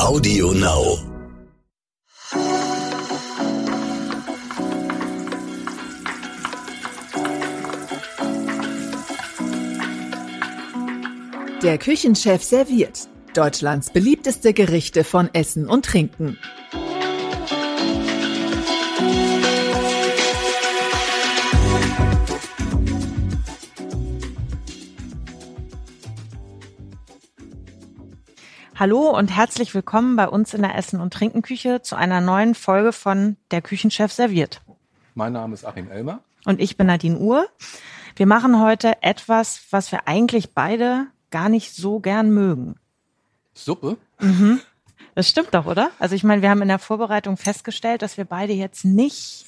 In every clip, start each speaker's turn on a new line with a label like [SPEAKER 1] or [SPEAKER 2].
[SPEAKER 1] Audio Now.
[SPEAKER 2] Der Küchenchef serviert Deutschlands beliebteste Gerichte von Essen und Trinken.
[SPEAKER 3] Hallo und herzlich willkommen bei uns in der Essen- und Trinkenküche zu einer neuen Folge von Der Küchenchef serviert.
[SPEAKER 4] Mein Name ist Achim Elmer.
[SPEAKER 3] Und ich bin Nadine Uhr. Wir machen heute etwas, was wir eigentlich beide gar nicht so gern mögen.
[SPEAKER 4] Suppe?
[SPEAKER 3] Das stimmt doch, oder? Also ich meine, wir haben in der Vorbereitung festgestellt, dass wir beide jetzt nicht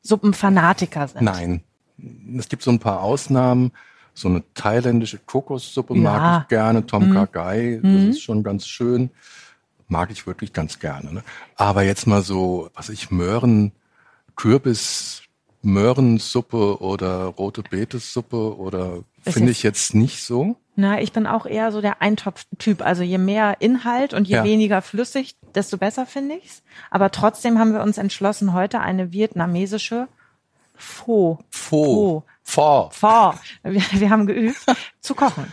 [SPEAKER 3] Suppenfanatiker sind.
[SPEAKER 4] Nein. Es gibt so ein paar Ausnahmen. So eine thailändische Kokossuppe
[SPEAKER 3] Ja. Mhm.
[SPEAKER 4] mag ich gerne. Tom Kha Gai, das ist schon ganz schön. Mag ich wirklich ganz gerne. Ne? Aber jetzt mal so, was ich, Möhren, Kürbis, Möhrensuppe oder rote Betesuppe oder
[SPEAKER 3] Ist
[SPEAKER 4] finde
[SPEAKER 3] jetzt-
[SPEAKER 4] ich jetzt nicht so.
[SPEAKER 3] Na, Ne, ich bin auch eher so der Eintopf-Typ. Also je mehr Inhalt und je
[SPEAKER 4] Ja.
[SPEAKER 3] weniger flüssig, desto besser finde ich's. Aber trotzdem haben wir uns entschlossen, heute eine vietnamesische Pho.
[SPEAKER 4] Pho. Pho.
[SPEAKER 3] Pho. Wir, wir haben geübt zu kochen.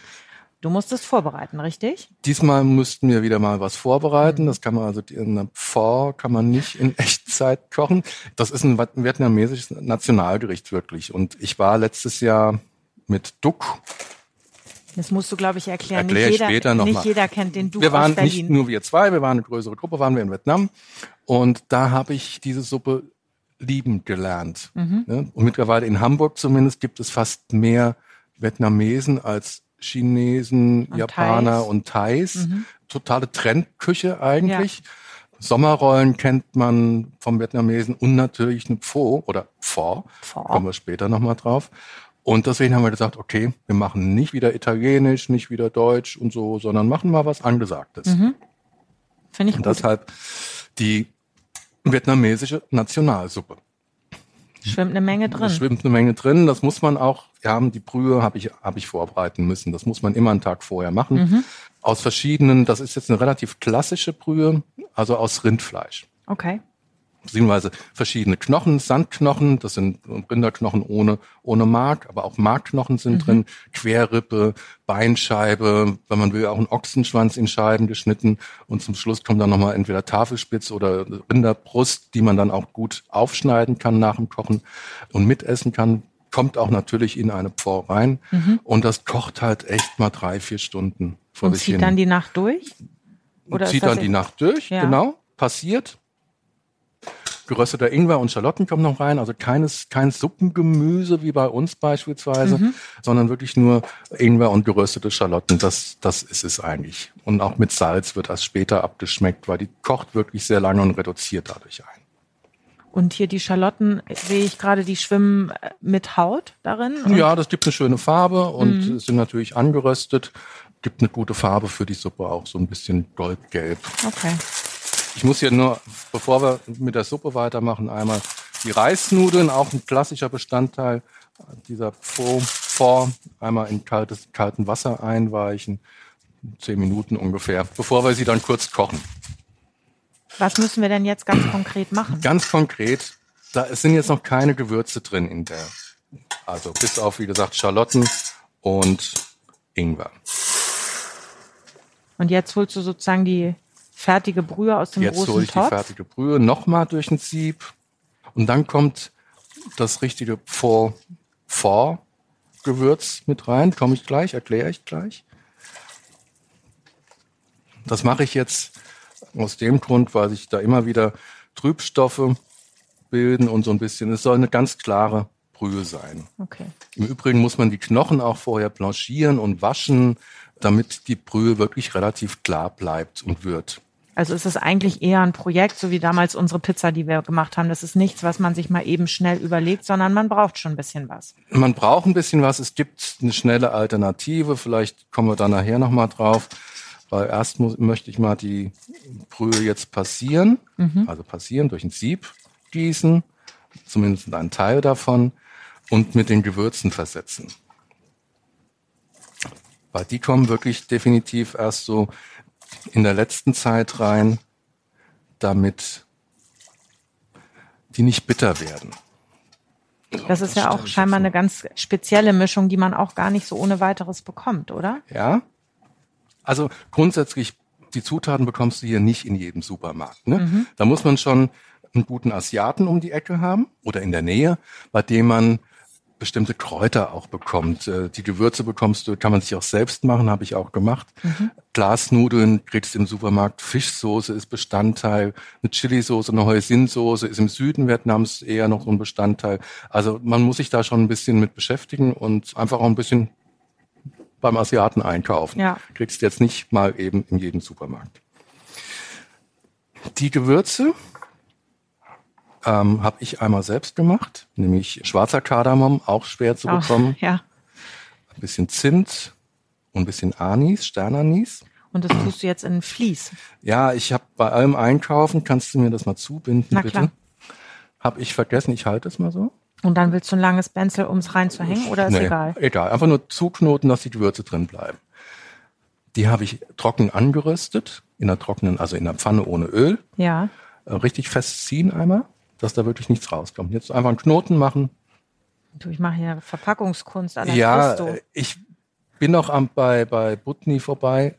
[SPEAKER 3] Du musstest vorbereiten, richtig?
[SPEAKER 4] Diesmal müssten wir wieder mal was vorbereiten. Das kann man also in einer Pho kann man nicht in Echtzeit kochen. Das ist ein wat- vietnamesisches Nationalgericht wirklich. Und ich war letztes Jahr mit Duck.
[SPEAKER 3] Das musst du, glaube ich, erklären.
[SPEAKER 4] Erklär ich
[SPEAKER 3] nicht jeder,
[SPEAKER 4] später noch
[SPEAKER 3] nicht
[SPEAKER 4] mal.
[SPEAKER 3] jeder kennt den Du
[SPEAKER 4] wir waren
[SPEAKER 3] aus Berlin.
[SPEAKER 4] nicht nur wir zwei, wir waren eine größere Gruppe, waren wir in Vietnam. Und da habe ich diese Suppe lieben gelernt.
[SPEAKER 3] Mhm.
[SPEAKER 4] Ne? Und mittlerweile in Hamburg zumindest gibt es fast mehr Vietnamesen als Chinesen,
[SPEAKER 3] Und
[SPEAKER 4] Japaner
[SPEAKER 3] Thais. Mhm.
[SPEAKER 4] und Thais. Totale Trendküche eigentlich. Sommerrollen kennt man vom Vietnamesen und natürlich eine Pho oder Pho,
[SPEAKER 3] Pho.
[SPEAKER 4] kommen wir später nochmal drauf. Und deswegen haben wir gesagt, okay, wir machen nicht wieder Italienisch, nicht wieder Deutsch und so, sondern machen mal was Angesagtes.
[SPEAKER 3] Finde ich
[SPEAKER 4] Und
[SPEAKER 3] gut.
[SPEAKER 4] deshalb die vietnamesische Nationalsuppe.
[SPEAKER 3] Schwimmt eine Menge
[SPEAKER 4] Da
[SPEAKER 3] drin.
[SPEAKER 4] schwimmt eine Menge drin. Das muss man auch, wir haben die Brühe, habe ich, hab ich vorbereiten müssen. Das muss man immer einen Tag vorher machen. Aus verschiedenen, das ist jetzt eine relativ klassische Brühe, also aus Rindfleisch.
[SPEAKER 3] Okay.
[SPEAKER 4] beziehungsweise verschiedene Knochen, Sandknochen, das sind Rinderknochen ohne, ohne Mark, aber auch Markknochen
[SPEAKER 3] Mhm.
[SPEAKER 4] sind drin, Querrippe, Beinscheibe, wenn man will, auch einen Ochsenschwanz in Scheiben geschnitten und zum Schluss kommt dann nochmal entweder Tafelspitz oder Rinderbrust, die man dann auch gut aufschneiden kann nach dem Kochen und mitessen kann, kommt auch natürlich in eine Pfanne rein und das kocht halt echt mal drei, vier Stunden vor
[SPEAKER 3] Mhm. Und
[SPEAKER 4] sich
[SPEAKER 3] zieht
[SPEAKER 4] hin
[SPEAKER 3] dann die Nacht durch? Oder
[SPEAKER 4] zieht
[SPEAKER 3] ist das
[SPEAKER 4] dann die
[SPEAKER 3] in-
[SPEAKER 4] Nacht durch,
[SPEAKER 3] Ja.
[SPEAKER 4] genau, passiert. Gerösteter Ingwer und Schalotten kommen noch rein, also keines, kein Suppengemüse wie bei uns beispielsweise,
[SPEAKER 3] Mhm.
[SPEAKER 4] sondern wirklich nur Ingwer und geröstete Schalotten, das, das ist es eigentlich. Und auch mit Salz wird das später abgeschmeckt, weil die kocht wirklich sehr lange und reduziert dadurch ein.
[SPEAKER 3] Und hier die Schalotten äh, sehe ich gerade, die schwimmen äh, mit Haut darin. Und Mhm.
[SPEAKER 4] Ja, das gibt eine schöne Farbe und sind natürlich angeröstet, gibt eine gute Farbe für die Suppe auch, so ein bisschen goldgelb.
[SPEAKER 3] Okay.
[SPEAKER 4] Ich muss hier nur, bevor wir mit der Suppe weitermachen, einmal die Reisnudeln, auch ein klassischer Bestandteil dieser Pho, einmal in kaltes, kalten Wasser einweichen. Zehn Minuten ungefähr, bevor wir sie dann kurz kochen.
[SPEAKER 3] Was müssen wir denn jetzt ganz konkret machen?
[SPEAKER 4] Ganz konkret, da es sind jetzt noch keine Gewürze drin in der, also bis auf, wie gesagt, Schalotten und Ingwer.
[SPEAKER 3] Und jetzt holst du sozusagen die fertige Brühe aus dem
[SPEAKER 4] Jetzt hole
[SPEAKER 3] großen
[SPEAKER 4] ich
[SPEAKER 3] Topf.
[SPEAKER 4] die fertige Brühe nochmal durch ein Sieb und dann kommt das richtige vor vor Gewürz mit rein. Komme ich gleich, erkläre ich gleich. Das mache ich jetzt aus dem Grund, weil sich da immer wieder Trübstoffe bilden und so ein bisschen. Es soll eine ganz klare Brühe sein.
[SPEAKER 3] Okay.
[SPEAKER 4] Im Übrigen muss man die Knochen auch vorher blanchieren und waschen, damit die Brühe wirklich relativ klar bleibt und wird.
[SPEAKER 3] Also ist es eigentlich eher ein Projekt, so wie damals unsere Pizza, die wir gemacht haben. Das ist nichts, was man sich mal eben schnell überlegt, sondern man braucht schon ein bisschen was.
[SPEAKER 4] man braucht ein bisschen was. Es gibt eine schnelle Alternative. Vielleicht kommen wir da nachher nochmal drauf. Weil erst muss, möchte ich mal die Brühe jetzt passieren. Also passieren, durch ein Sieb gießen. Zumindest einen Teil davon. Und mit den Gewürzen versetzen. Weil die kommen wirklich definitiv erst so in der letzten Zeit rein, damit die nicht bitter werden. Genau,
[SPEAKER 3] So, das ist das ja auch scheinbar so. eine ganz spezielle Mischung, die man auch gar nicht so ohne weiteres bekommt, oder?
[SPEAKER 4] Ja. Also grundsätzlich, die Zutaten bekommst du hier nicht in jedem Supermarkt. Ne? Mhm. Da muss man schon einen guten Asiaten um die Ecke haben oder in der Nähe, bei dem man bestimmte Kräuter auch bekommt. Äh, Die Gewürze bekommst du, kann man sich auch selbst machen, habe ich auch gemacht. Mhm. Glasnudeln kriegst du im Supermarkt, Fischsoße ist Bestandteil, eine Chili-Soße, eine Hoisinsoße ist im Süden Vietnams eher noch so ein Bestandteil. Also man muss sich da schon ein bisschen mit beschäftigen und einfach auch ein bisschen beim Asiaten einkaufen. Ja. Kriegst jetzt nicht mal eben in jedem Supermarkt. Die Gewürze, ähm, habe ich einmal selbst gemacht, nämlich schwarzer Kardamom, auch schwer zu bekommen.
[SPEAKER 3] Oh, ja.
[SPEAKER 4] Ein bisschen Zimt und ein bisschen Anis, Sternanis.
[SPEAKER 3] Und das tust du jetzt in Vlies?
[SPEAKER 4] Ja, ich habe bei allem Einkaufen, kannst du mir das mal zubinden,
[SPEAKER 3] Na,
[SPEAKER 4] bitte? Habe ich vergessen, ich halte es mal so.
[SPEAKER 3] Und dann willst du ein langes Benzel, um es reinzuhängen, oder ist
[SPEAKER 4] nee,
[SPEAKER 3] egal?
[SPEAKER 4] Egal, einfach nur zuknoten, dass die Gewürze drin bleiben. Die habe ich trocken angeröstet, in der trockenen, also in der Pfanne ohne Öl. äh,
[SPEAKER 3] Ja.
[SPEAKER 4] Richtig festziehen einmal dass da wirklich nichts rauskommt. Jetzt einfach einen Knoten machen.
[SPEAKER 3] Du, ich mache hier Verpackungskunst. An
[SPEAKER 4] ja, Christo. ich bin noch am, bei, bei Butni vorbei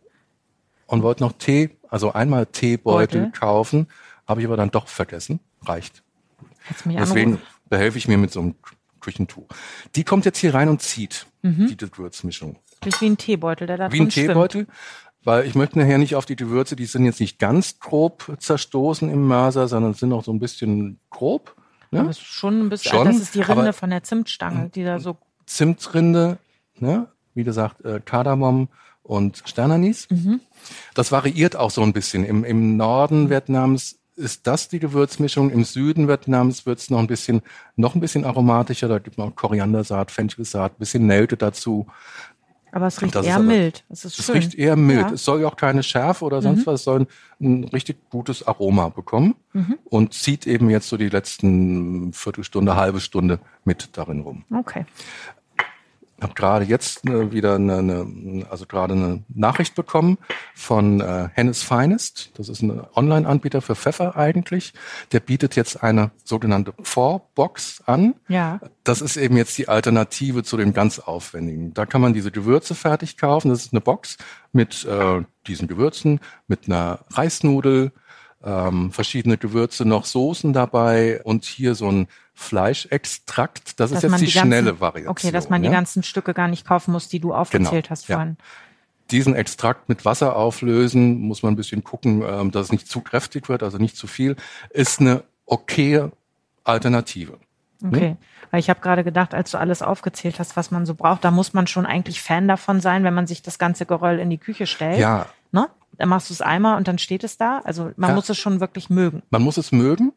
[SPEAKER 4] und wollte noch Tee, also einmal Teebeutel Beutel. kaufen, habe ich aber dann doch vergessen. Reicht. Deswegen anrufen. behelfe ich mir mit so einem Küchentuch. Die kommt jetzt hier rein und zieht mhm. die Gewürzmischung.
[SPEAKER 3] Das ist wie ein Teebeutel, der da
[SPEAKER 4] Wie ein Teebeutel. Schwimmt weil ich möchte nachher nicht auf die Gewürze, die sind jetzt nicht ganz grob zerstoßen im Mörser, sondern sind noch so ein bisschen grob.
[SPEAKER 3] Ne? Aber schon ein bisschen, schon, das ist die Rinde von der Zimtstange, die da so.
[SPEAKER 4] Zimtrinde, ne? wie gesagt, äh, Kardamom und Sternanis. Mhm. Das variiert auch so ein bisschen. Im, im Norden Vietnams ist das die Gewürzmischung. Im Süden Vietnams wird es noch ein bisschen, noch ein bisschen aromatischer. Da gibt man auch Koriandersaat, Fenchelsaat, bisschen Nelke dazu.
[SPEAKER 3] Aber es riecht eher aber, mild. Es, ist
[SPEAKER 4] es
[SPEAKER 3] schön.
[SPEAKER 4] riecht eher mild. Ja. Es soll ja auch keine Schärfe oder sonst mhm. was. Es soll ein, ein, richtig gutes Aroma bekommen mhm. und zieht eben jetzt so die letzten Viertelstunde, halbe Stunde mit darin rum.
[SPEAKER 3] Okay.
[SPEAKER 4] Ich habe gerade jetzt äh, wieder eine, eine, also gerade eine Nachricht bekommen von äh, Hennes Finest. Das ist ein Online-Anbieter für Pfeffer eigentlich. Der bietet jetzt eine sogenannte Vorbox an.
[SPEAKER 3] Ja.
[SPEAKER 4] Das ist eben jetzt die Alternative zu dem ganz aufwendigen. Da kann man diese Gewürze fertig kaufen. Das ist eine Box mit äh, diesen Gewürzen, mit einer Reisnudel, ähm, verschiedene Gewürze, noch Soßen dabei und hier so ein Fleischextrakt. Das dass ist jetzt die, die ganzen, schnelle Variante.
[SPEAKER 3] Okay, dass man ja? die ganzen Stücke gar nicht kaufen muss, die du aufgezählt
[SPEAKER 4] genau,
[SPEAKER 3] hast vorhin.
[SPEAKER 4] Ja. Diesen Extrakt mit Wasser auflösen, muss man ein bisschen gucken, ähm, dass es nicht zu kräftig wird, also nicht zu viel, ist eine okaye Alternative.
[SPEAKER 3] Okay, hm? weil ich habe gerade gedacht, als du alles aufgezählt hast, was man so braucht, da muss man schon eigentlich Fan davon sein, wenn man sich das ganze Geröll in die Küche stellt.
[SPEAKER 4] Ja.
[SPEAKER 3] Ne? dann machst du es einmal und dann steht es da. Also man ja, muss es schon wirklich mögen.
[SPEAKER 4] Man muss es mögen,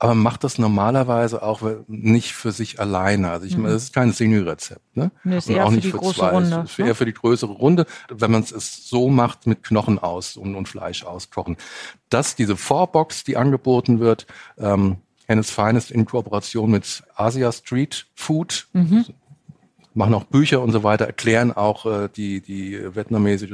[SPEAKER 4] aber macht das normalerweise auch nicht für sich alleine. Also ich mhm. meine, das ist kein Single-Rezept. Ne?
[SPEAKER 3] Nee, ist und eher auch für nicht die für große zwei. Runde.
[SPEAKER 4] Es ist eher ne? für die größere Runde, wenn man es so macht mit Knochen aus und, und Fleisch auskochen. Dass diese Vorbox, die angeboten wird, ähm, Hennes Finest in Kooperation mit Asia Street Food, mhm machen auch Bücher und so weiter, erklären auch äh, die, die vietnamesische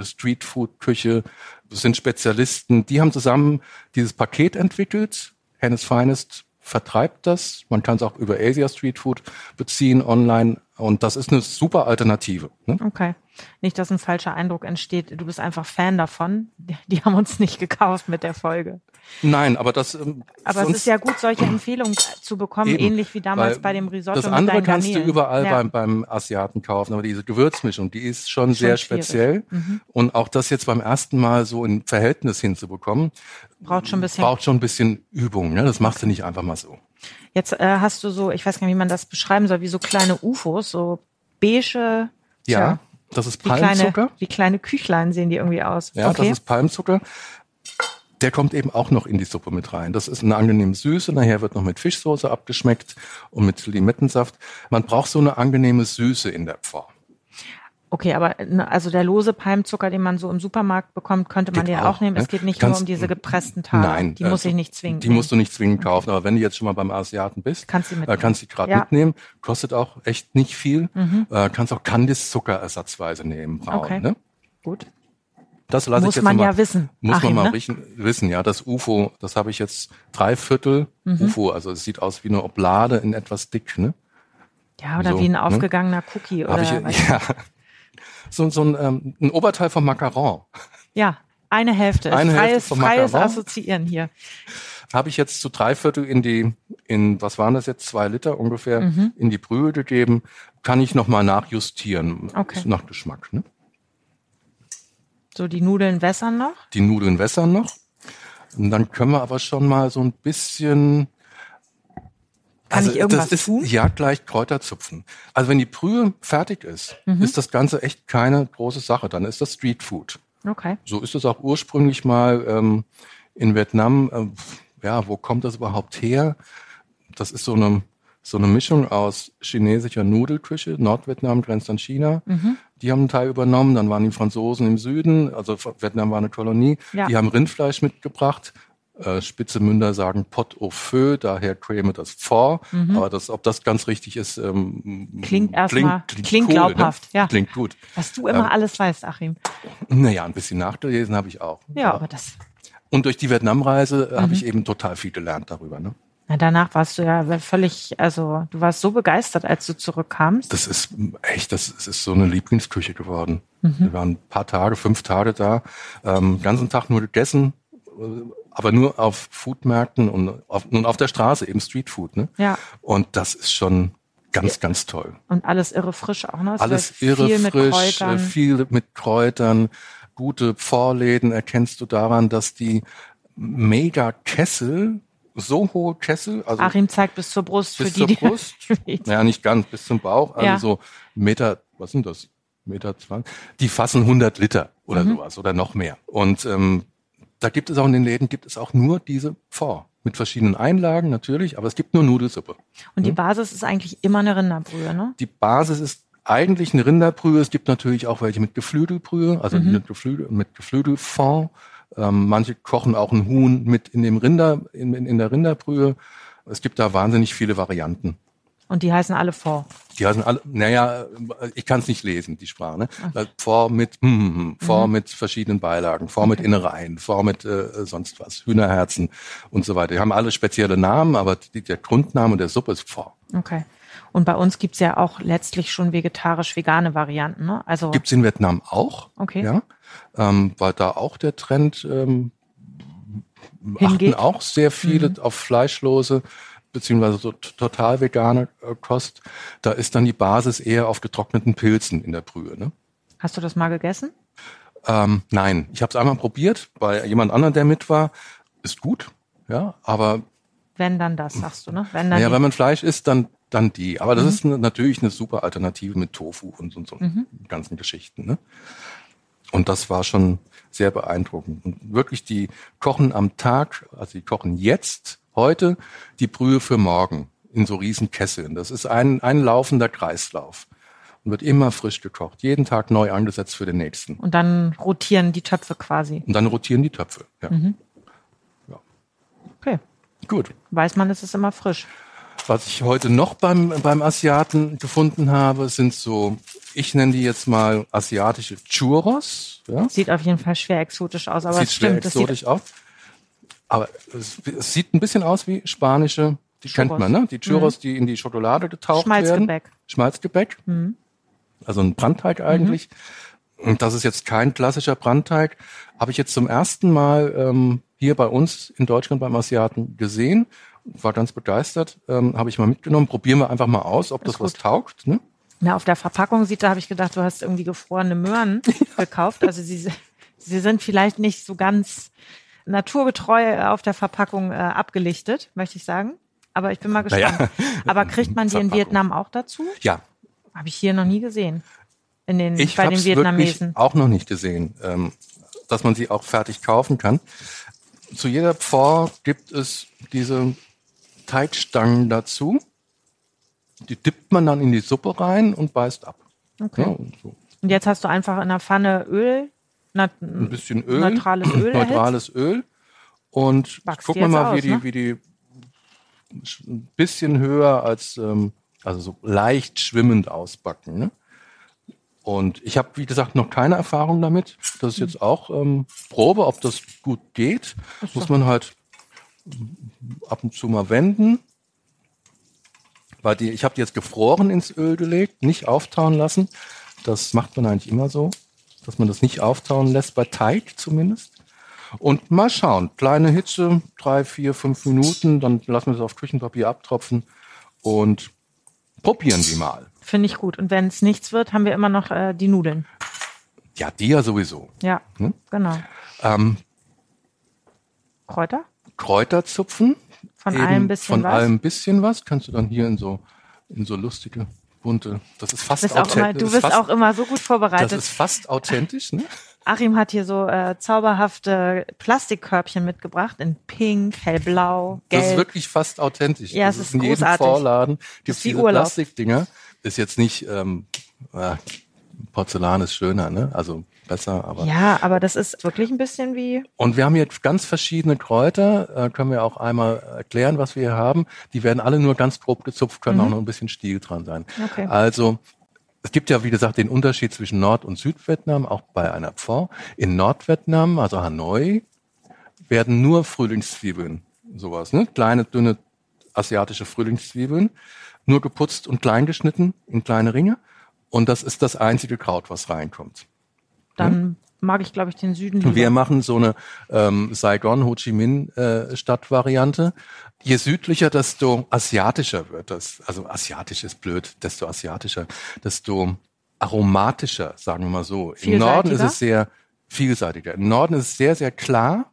[SPEAKER 4] Streetfood-Küche, sind Spezialisten. Die haben zusammen dieses Paket entwickelt. Hennes Finest vertreibt das. Man kann es auch über Asia Streetfood beziehen online. Und das ist eine super Alternative. Ne?
[SPEAKER 3] Okay. Nicht, dass ein falscher Eindruck entsteht. Du bist einfach Fan davon. Die haben uns nicht gekauft mit der Folge.
[SPEAKER 4] Nein, aber das.
[SPEAKER 3] Ähm, aber es ist ja gut, solche Empfehlungen zu bekommen, eben, ähnlich wie damals bei dem Risotto.
[SPEAKER 4] Das andere kannst
[SPEAKER 3] Garnelen.
[SPEAKER 4] du überall ja. beim, beim Asiaten kaufen, aber diese Gewürzmischung, die ist schon, schon sehr schwierig. speziell. Mhm. Und auch das jetzt beim ersten Mal so in Verhältnis hinzubekommen,
[SPEAKER 3] braucht schon ein bisschen,
[SPEAKER 4] braucht schon ein bisschen Übung. Ne? Das machst du nicht einfach mal so.
[SPEAKER 3] Jetzt äh, hast du so, ich weiß gar nicht, wie man das beschreiben soll, wie so kleine UFOs, so beige.
[SPEAKER 4] Ja. Tja. Das ist
[SPEAKER 3] wie
[SPEAKER 4] Palmzucker.
[SPEAKER 3] Kleine, wie kleine, Küchlein sehen die irgendwie aus.
[SPEAKER 4] Ja, okay. das ist Palmzucker. Der kommt eben auch noch in die Suppe mit rein. Das ist eine angenehm süße. Nachher wird noch mit Fischsoße abgeschmeckt und mit Limettensaft. Man braucht so eine angenehme Süße in der Form.
[SPEAKER 3] Okay, aber also der lose Palmzucker, den man so im Supermarkt bekommt, könnte man geht den auch, auch nehmen. Ne? Es geht nicht Kannst, nur um diese gepressten Tage.
[SPEAKER 4] Nein, also
[SPEAKER 3] die muss äh, ich nicht zwingen.
[SPEAKER 4] Die musst du nicht zwingend kaufen. Aber wenn du jetzt schon mal beim Asiaten bist,
[SPEAKER 3] kannst du mitnehmen.
[SPEAKER 4] Äh, kannst du gerade ja. mitnehmen. Kostet auch echt nicht viel. Mhm. Äh, kannst auch Candice Zucker ersatzweise nehmen, braun. Okay. Ne?
[SPEAKER 3] Gut.
[SPEAKER 4] Das lasse
[SPEAKER 3] Muss
[SPEAKER 4] ich jetzt
[SPEAKER 3] man
[SPEAKER 4] mal,
[SPEAKER 3] ja wissen,
[SPEAKER 4] Muss
[SPEAKER 3] Achim,
[SPEAKER 4] man mal
[SPEAKER 3] ne?
[SPEAKER 4] riechen, wissen, ja. Das UFO, das habe ich jetzt drei Viertel
[SPEAKER 3] Mhm.
[SPEAKER 4] UFO, also es sieht aus wie eine Oblade in etwas dick, ne?
[SPEAKER 3] Ja, oder
[SPEAKER 4] So,
[SPEAKER 3] wie ein
[SPEAKER 4] ne?
[SPEAKER 3] aufgegangener Cookie
[SPEAKER 4] Habe
[SPEAKER 3] oder
[SPEAKER 4] ich
[SPEAKER 3] weiß-
[SPEAKER 4] ja. So, so ein, ähm, ein Oberteil vom Macaron
[SPEAKER 3] ja, eine Hälfte.
[SPEAKER 4] Eine Hälfte
[SPEAKER 3] freies
[SPEAKER 4] vom
[SPEAKER 3] freies
[SPEAKER 4] Macaron.
[SPEAKER 3] Assoziieren hier.
[SPEAKER 4] habe ich jetzt zu drei Viertel in die, in was waren das jetzt, zwei Liter ungefähr,
[SPEAKER 3] Mhm.
[SPEAKER 4] in die Brühe gegeben. Kann ich nochmal nachjustieren.
[SPEAKER 3] Okay.
[SPEAKER 4] Ist Nach Geschmack, ne?
[SPEAKER 3] So, die Nudeln wässern noch.
[SPEAKER 4] die Nudeln wässern noch. Und dann können wir aber schon mal so ein bisschen. also
[SPEAKER 3] Kann ich irgendwas
[SPEAKER 4] das ist,
[SPEAKER 3] tun?
[SPEAKER 4] Ja, gleich Kräuter zupfen. Also wenn die Brühe fertig ist,
[SPEAKER 3] Mhm.
[SPEAKER 4] ist das Ganze echt keine große Sache. Dann ist das Streetfood.
[SPEAKER 3] Okay.
[SPEAKER 4] So ist es auch ursprünglich mal ähm, in Vietnam. Ähm, ja, wo kommt das überhaupt her? Das ist so eine, so eine Mischung aus chinesischer Nudelküche. Nordvietnam grenzt an China.
[SPEAKER 3] Mhm.
[SPEAKER 4] Die haben einen Teil übernommen. Dann waren die Franzosen im Süden. Also Vietnam war eine Kolonie.
[SPEAKER 3] Ja.
[SPEAKER 4] Die haben Rindfleisch mitgebracht. Äh, spitze Münder sagen Pot au feu, daher käme das vor. Aber das, ob das ganz richtig ist, ähm,
[SPEAKER 3] Mhm. Klingt erstmal- klingt
[SPEAKER 4] ne?
[SPEAKER 3] glaubhaft, ja.
[SPEAKER 4] Klingt gut.
[SPEAKER 3] Was du immer alles weißt, Achim.
[SPEAKER 4] Naja, ein bisschen nachgelesen habe ich auch.
[SPEAKER 3] Ja, aber das.
[SPEAKER 4] Und durch die Vietnamreise äh,
[SPEAKER 3] Mhm.
[SPEAKER 4] habe ich eben total viel gelernt darüber. Ne?
[SPEAKER 3] Na, danach warst du ja völlig, also du warst so begeistert, als du zurückkamst.
[SPEAKER 4] Das ist mm, echt, das ist ist so eine Lieblingsküche geworden.
[SPEAKER 3] Mhm.
[SPEAKER 4] Wir waren ein paar Tage, fünf Tage da, ähm, ganzen Tag nur gegessen, äh, aber nur auf Foodmärkten und auf, und auf der Straße, eben Streetfood. Ne?
[SPEAKER 3] Ja.
[SPEAKER 4] Und das ist schon ganz, ganz toll.
[SPEAKER 3] Und alles irre frisch auch noch. Es
[SPEAKER 4] Alles
[SPEAKER 3] wird
[SPEAKER 4] irre
[SPEAKER 3] viel mit
[SPEAKER 4] frisch, äh,
[SPEAKER 3] Kräutern.
[SPEAKER 4] viel mit Kräutern, gute Vorläden erkennst du daran, dass die mega Kessel, so hohe Kessel, also
[SPEAKER 3] Achim zeigt bis zur Brust
[SPEAKER 4] bis
[SPEAKER 3] für die,
[SPEAKER 4] zur Brust,
[SPEAKER 3] die
[SPEAKER 4] naja, nicht ganz, bis zum Bauch, also
[SPEAKER 3] Ja.
[SPEAKER 4] so Meter, was sind das? Meter 20, die fassen 100 Liter oder sowas oder noch mehr. Und ähm, da gibt es auch in den Läden, gibt es auch nur diese Pho mit verschiedenen Einlagen natürlich, aber es gibt nur Nudelsuppe.
[SPEAKER 3] Und
[SPEAKER 4] Hm.
[SPEAKER 3] die Basis ist eigentlich immer eine Rinderbrühe, ne?
[SPEAKER 4] Die Basis ist eigentlich eine Rinderbrühe. Es gibt natürlich auch welche mit Geflügelbrühe, also mit, Geflügel, mit Geflügelfond. Ähm, manche kochen auch ein Huhn mit in dem Rinder, in, in, in der Rinderbrühe. Es gibt da wahnsinnig viele Varianten.
[SPEAKER 3] Und die heißen alle vor.
[SPEAKER 4] Die heißen alle, naja, ich kann es nicht lesen, die Sprache. Ne? Also Vor mit, hm, hm, hm, vor
[SPEAKER 3] Mhm.
[SPEAKER 4] mit verschiedenen Beilagen, vor mit Innereien, vor mit äh, sonst was, Hühnerherzen und so weiter. Die haben alle spezielle Namen, aber die, der Grundname der Suppe ist vor.
[SPEAKER 3] Okay. Und bei uns gibt's ja auch letztlich schon vegetarisch-vegane Varianten, ne? Also
[SPEAKER 4] Gibt's in Vietnam auch.
[SPEAKER 3] Okay.
[SPEAKER 4] Ja, ähm, weil da auch der Trend ähm,
[SPEAKER 3] Hingeht. Mhm.
[SPEAKER 4] achten auch sehr viele auf fleischlose beziehungsweise so t- total vegane äh, Kost. Da ist dann die Basis eher auf getrockneten Pilzen in der Brühe. Ne?
[SPEAKER 3] hast du das mal gegessen?
[SPEAKER 4] Ähm, nein, ich habe es einmal probiert bei jemand anderem, der mit war. Ist gut, ja, aber
[SPEAKER 3] Wenn dann das, sagst du, ne? Wenn dann
[SPEAKER 4] naja,
[SPEAKER 3] die-
[SPEAKER 4] wenn man Fleisch isst, dann dann die. Aber das ist ne- natürlich eine super Alternative mit Tofu und so, so ganzen Geschichten. Ne? Und das war schon sehr beeindruckend. Und wirklich, die kochen am Tag, also die kochen jetzt, heute, die Brühe für morgen in so riesen Kesseln. Das ist ein, ein laufender Kreislauf und wird immer frisch gekocht, jeden Tag neu angesetzt für den nächsten.
[SPEAKER 3] Und dann rotieren die Töpfe quasi.
[SPEAKER 4] Und dann rotieren die Töpfe. Ja.
[SPEAKER 3] Okay.
[SPEAKER 4] Gut.
[SPEAKER 3] Weiß man, es ist immer frisch.
[SPEAKER 4] Was ich heute noch beim, beim Asiaten gefunden habe, sind so, ich nenne die jetzt mal asiatische Churros. Ja?
[SPEAKER 3] Sieht auf jeden Fall schwer exotisch aus, aber
[SPEAKER 4] sieht
[SPEAKER 3] es
[SPEAKER 4] schwer
[SPEAKER 3] stimmt. das
[SPEAKER 4] exotisch aus. Aber es, es sieht ein bisschen aus wie spanische, die kennt man, ne? Die Churros, die in die Schokolade getaucht werden.
[SPEAKER 3] Mhm. Schmalzgebäck. Mhm.
[SPEAKER 4] Schmalzgebäck. Also ein Brandteig eigentlich. Und das ist jetzt kein klassischer Brandteig. Habe ich jetzt zum ersten Mal ähm, hier bei uns in Deutschland beim Asiaten gesehen. War ganz begeistert. Ähm, Habe ich mal mitgenommen. Probieren wir einfach mal aus, ob das was taugt. Ne?
[SPEAKER 3] Na, auf der Verpackung sieht, da habe ich gedacht, du hast irgendwie gefrorene Möhren gekauft. Also sie, sie sind vielleicht nicht so ganz naturgetreu auf der Verpackung äh, abgelichtet, möchte ich sagen. Aber ich bin mal
[SPEAKER 4] Naja.
[SPEAKER 3] gespannt. Aber kriegt man die in
[SPEAKER 4] Verpackung.
[SPEAKER 3] Vietnam auch dazu?
[SPEAKER 4] Ja,
[SPEAKER 3] Habe ich hier noch nie gesehen. In den,
[SPEAKER 4] ich
[SPEAKER 3] bei
[SPEAKER 4] habe
[SPEAKER 3] den
[SPEAKER 4] es wirklich
[SPEAKER 3] Vietnamesen.
[SPEAKER 4] auch noch nicht gesehen, ähm, dass man sie auch fertig kaufen kann. Zu jeder Pfau gibt es diese Teigstangen dazu. Die dippt man dann in die Suppe rein und beißt ab.
[SPEAKER 3] Okay.
[SPEAKER 4] Ja, und so.
[SPEAKER 3] Und jetzt hast du einfach in der Pfanne Öl, nat
[SPEAKER 4] Ein bisschen Öl,
[SPEAKER 3] neutrales Öl. erhitzt.
[SPEAKER 4] neutrales Öl. Und
[SPEAKER 3] Backst
[SPEAKER 4] gucken wir
[SPEAKER 3] die jetzt
[SPEAKER 4] mal, wie,
[SPEAKER 3] aus,
[SPEAKER 4] die,
[SPEAKER 3] ne?
[SPEAKER 4] wie die sch- ein bisschen höher als, ähm, also so leicht schwimmend ausbacken. Ne? Und ich habe, wie gesagt, noch keine Erfahrung damit. Das ist jetzt auch ähm, Probe, ob das gut geht. Muss man halt ab und zu mal wenden. Weil die, ich habe die jetzt gefroren ins Öl gelegt, nicht auftauen lassen. Das macht man eigentlich immer so, dass man das nicht auftauen lässt, bei Teig zumindest. Und mal schauen. Kleine Hitze, drei, vier, fünf Minuten, dann lassen wir es auf Küchenpapier abtropfen und probieren die mal.
[SPEAKER 3] Finde ich gut. Und wenn es nichts wird, haben wir immer noch äh, die Nudeln.
[SPEAKER 4] Ja, die ja sowieso.
[SPEAKER 3] Ja,
[SPEAKER 4] Hm?
[SPEAKER 3] genau.
[SPEAKER 4] Ähm,
[SPEAKER 3] Kräuter?
[SPEAKER 4] Kräuter zupfen.
[SPEAKER 3] Von
[SPEAKER 4] Eben
[SPEAKER 3] allem bisschen
[SPEAKER 4] Von
[SPEAKER 3] was?
[SPEAKER 4] allem bisschen was. Kannst du dann hier in so, in so lustige, bunte. Das ist fast
[SPEAKER 3] Bist auch immer,
[SPEAKER 4] authentisch.
[SPEAKER 3] du
[SPEAKER 4] das
[SPEAKER 3] bist
[SPEAKER 4] ist fast,
[SPEAKER 3] auch immer so gut
[SPEAKER 4] Das
[SPEAKER 3] vorbereitet.
[SPEAKER 4] ist fast authentisch, ne?
[SPEAKER 3] Achim hat hier so äh, zauberhafte Plastikkörbchen mitgebracht in pink, hellblau, gelb.
[SPEAKER 4] Das ist wirklich fast authentisch.
[SPEAKER 3] Ja,
[SPEAKER 4] das
[SPEAKER 3] es ist
[SPEAKER 4] in jedem
[SPEAKER 3] großartig.
[SPEAKER 4] Vorladen gibt
[SPEAKER 3] ist wie
[SPEAKER 4] diese
[SPEAKER 3] Urlaub.
[SPEAKER 4] Plastikdinger. Ist jetzt nicht, ähm, äh, Porzellan ist schöner, ne? Also besser, aber.
[SPEAKER 3] ja, aber das ist wirklich ein bisschen wie
[SPEAKER 4] Und wir haben hier ganz verschiedene Kräuter, äh, können wir auch einmal erklären, was wir hier haben. Die werden alle nur ganz grob gezupft, können auch noch ein bisschen Stiel dran sein.
[SPEAKER 3] Okay.
[SPEAKER 4] Also es gibt ja, wie gesagt, den Unterschied zwischen Nord- und Südvietnam, auch bei einer Pfau. In Nordvietnam, also Hanoi, werden nur Frühlingszwiebeln, sowas, ne? Kleine, dünne asiatische Frühlingszwiebeln, nur geputzt und klein geschnitten in kleine Ringe. Und das ist das einzige Kraut, was reinkommt. Hm?
[SPEAKER 3] dann mag ich glaube ich den Süden lieber.
[SPEAKER 4] Wir machen so eine ähm, Saigon Ho Chi Minh äh, Stadt Variante. Je südlicher, desto asiatischer wird das. Also asiatisch ist blöd, desto asiatischer, desto aromatischer, sagen wir mal so. Im Norden ist es sehr vielseitiger. Im Norden ist es sehr, sehr klar,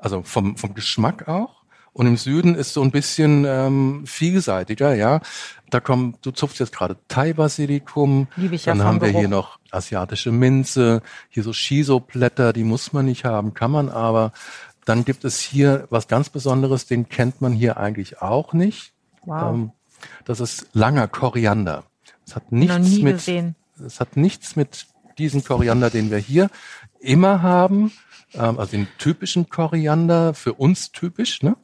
[SPEAKER 4] also vom, vom Geschmack auch. Und im Süden ist so ein bisschen ähm, vielseitiger, ja. Da kommen, du zupfst jetzt gerade Thai-Basilikum.
[SPEAKER 3] Liebe ich ja
[SPEAKER 4] Dann
[SPEAKER 3] vom
[SPEAKER 4] haben wir hier
[SPEAKER 3] Geruch.
[SPEAKER 4] noch asiatische Minze, hier so Shiso-Blätter, die muss man nicht haben, kann man aber. Dann gibt es hier was ganz Besonderes, den kennt man hier eigentlich auch nicht.
[SPEAKER 3] Wow.
[SPEAKER 4] Ähm, das ist langer Koriander. Es hat
[SPEAKER 3] Noch
[SPEAKER 4] nichts
[SPEAKER 3] nie
[SPEAKER 4] mit,
[SPEAKER 3] gesehen.
[SPEAKER 4] es hat nichts mit diesem Koriander, den wir hier immer haben, ähm, also den typischen Koriander, für uns typisch, ne?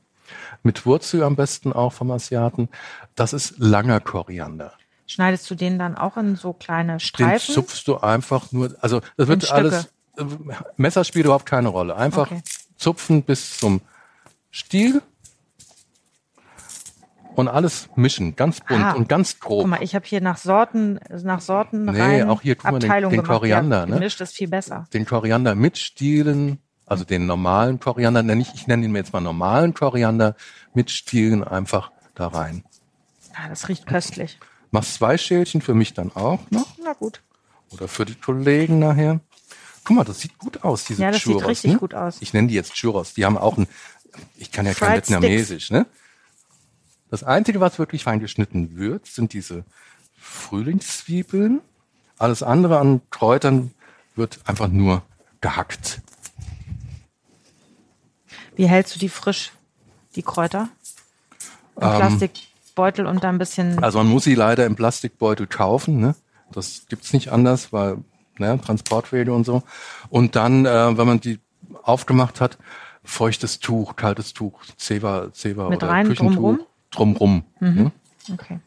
[SPEAKER 4] mit Wurzel am besten auch vom Asiaten. Das ist langer Koriander.
[SPEAKER 3] Schneidest du den dann auch in so kleine
[SPEAKER 4] Den
[SPEAKER 3] Streifen?
[SPEAKER 4] zupfst du einfach nur, also das wird
[SPEAKER 3] In
[SPEAKER 4] alles, äh, Messer spielt überhaupt keine Rolle. Einfach
[SPEAKER 3] Okay.
[SPEAKER 4] zupfen bis zum Stiel und alles mischen, ganz bunt
[SPEAKER 3] Ah.
[SPEAKER 4] und ganz grob.
[SPEAKER 3] Guck mal, ich habe hier nach Sorten, nach Sorten
[SPEAKER 4] Oh. Nee,
[SPEAKER 3] rein
[SPEAKER 4] auch hier, guck mal, den-
[SPEAKER 3] Abteilung
[SPEAKER 4] den
[SPEAKER 3] gemacht.
[SPEAKER 4] Koriander,
[SPEAKER 3] ja,
[SPEAKER 4] ne?
[SPEAKER 3] Gemischt ist viel besser.
[SPEAKER 4] den Koriander mit Stielen, also den normalen Koriander, nenne ich, ich nenne ihn mir jetzt mal normalen Koriander mit Stielen einfach da rein.
[SPEAKER 3] Ah, das riecht köstlich.
[SPEAKER 4] Machst zwei Schälchen für mich dann auch noch
[SPEAKER 3] Na gut.
[SPEAKER 4] oder für die Kollegen nachher. Guck mal, das sieht gut aus, diese
[SPEAKER 3] Ja, das sieht
[SPEAKER 4] Churros.
[SPEAKER 3] richtig
[SPEAKER 4] ne?
[SPEAKER 3] gut aus.
[SPEAKER 4] Ich nenne die jetzt Churros. Die haben auch ein, ich kann ja kein
[SPEAKER 3] Fried Sticks.
[SPEAKER 4] Vietnamesisch, ne? Das Einzige, was wirklich fein geschnitten wird, sind diese Frühlingszwiebeln. Alles andere an Kräutern wird einfach nur gehackt.
[SPEAKER 3] Wie hältst du die frisch, die Kräuter? Im
[SPEAKER 4] Ähm.
[SPEAKER 3] Plastikbeutel und dann ein bisschen.
[SPEAKER 4] Also man muss sie leider im Plastikbeutel kaufen. Ne? Das gibt's nicht anders, weil ne, Transportwege und so. Und dann, äh, wenn man die aufgemacht hat, feuchtes Tuch, kaltes Tuch, Zewa, Zewa
[SPEAKER 3] Mit
[SPEAKER 4] oder
[SPEAKER 3] rein,
[SPEAKER 4] Küchentuch
[SPEAKER 3] drumrum? Mhm.
[SPEAKER 4] drumrum. Ne?
[SPEAKER 3] Okay.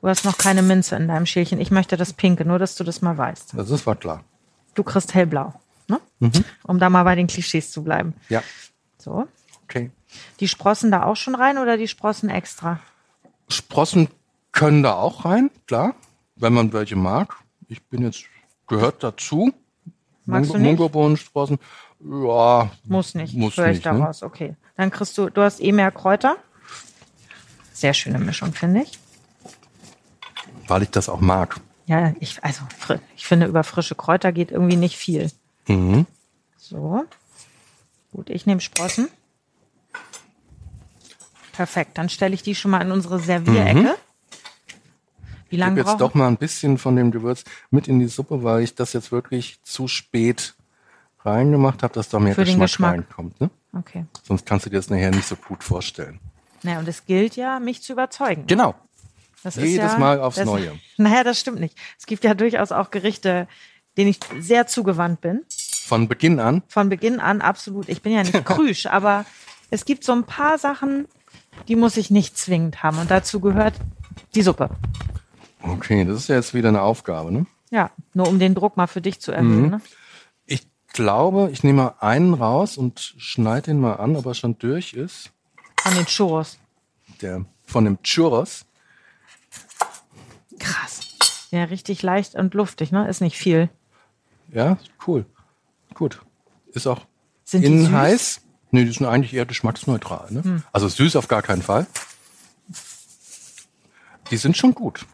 [SPEAKER 3] Du hast noch keine Minze in deinem Schälchen. Ich möchte das Pinke, nur dass du das mal weißt.
[SPEAKER 4] Also das war klar.
[SPEAKER 3] Du kriegst hellblau, ne?
[SPEAKER 4] Mhm.
[SPEAKER 3] Um da mal bei den Klischees zu bleiben.
[SPEAKER 4] Ja,
[SPEAKER 3] So.
[SPEAKER 4] okay.
[SPEAKER 3] Die Sprossen da auch schon rein oder die Sprossen extra?
[SPEAKER 4] Sprossen können da auch rein, klar, wenn man welche mag. Ich bin jetzt gehört dazu.
[SPEAKER 3] Magst
[SPEAKER 4] Mung-
[SPEAKER 3] du nicht?
[SPEAKER 4] Mungobohnensprossen, ja,
[SPEAKER 3] Muss nicht,
[SPEAKER 4] Muss
[SPEAKER 3] höre ich
[SPEAKER 4] nicht, ne?
[SPEAKER 3] daraus. Okay. Dann kriegst du, du hast eh mehr Kräuter. Sehr schöne Mischung, finde ich.
[SPEAKER 4] weil ich das auch mag.
[SPEAKER 3] Ja, ich, also fri- ich finde, über frische Kräuter geht irgendwie nicht viel.
[SPEAKER 4] Mhm.
[SPEAKER 3] So. Gut, ich nehme Sprossen. Perfekt, dann stelle ich die schon mal in unsere Servierecke. Wie
[SPEAKER 4] Ich
[SPEAKER 3] lange
[SPEAKER 4] gebe Mhm. jetzt
[SPEAKER 3] brauchen
[SPEAKER 4] doch mal ein bisschen von dem Gewürz mit in die Suppe, weil ich das jetzt wirklich zu spät reingemacht habe, dass da mehr
[SPEAKER 3] Für den
[SPEAKER 4] Geschmack,
[SPEAKER 3] Geschmack.
[SPEAKER 4] reinkommt. Ne?
[SPEAKER 3] Okay.
[SPEAKER 4] Sonst kannst du dir das nachher nicht so gut vorstellen.
[SPEAKER 3] Naja, und es gilt ja, mich zu überzeugen.
[SPEAKER 4] Genau.
[SPEAKER 3] Das
[SPEAKER 4] Jedes Mal aufs
[SPEAKER 3] das,
[SPEAKER 4] Neue.
[SPEAKER 3] Naja, das stimmt nicht. Es gibt ja durchaus auch Gerichte, denen ich sehr zugewandt bin.
[SPEAKER 4] Von Beginn an.
[SPEAKER 3] Von Beginn an absolut. Ich bin ja nicht krüsch, aber es gibt so ein paar Sachen, die muss ich nicht zwingend haben. Und dazu gehört die Suppe.
[SPEAKER 4] Okay, das ist ja jetzt wieder eine Aufgabe, ne?
[SPEAKER 3] Ja, nur um den Druck mal für dich zu erhöhen.
[SPEAKER 4] Mhm.
[SPEAKER 3] Ne?
[SPEAKER 4] Ich glaube, ich nehme mal einen raus und schneide den mal an, ob er schon durch ist.
[SPEAKER 3] Von den Churros.
[SPEAKER 4] Der von dem Churros.
[SPEAKER 3] Krass. Ja, richtig leicht und luftig, ne? Ist nicht viel.
[SPEAKER 4] Ja, cool. Gut. Ist auch
[SPEAKER 3] Sind die
[SPEAKER 4] innen
[SPEAKER 3] süß? Hm.
[SPEAKER 4] heiß. Nee, die sind eigentlich eher geschmacksneutral. Ne? Also süß auf gar keinen Fall. Die sind schon gut.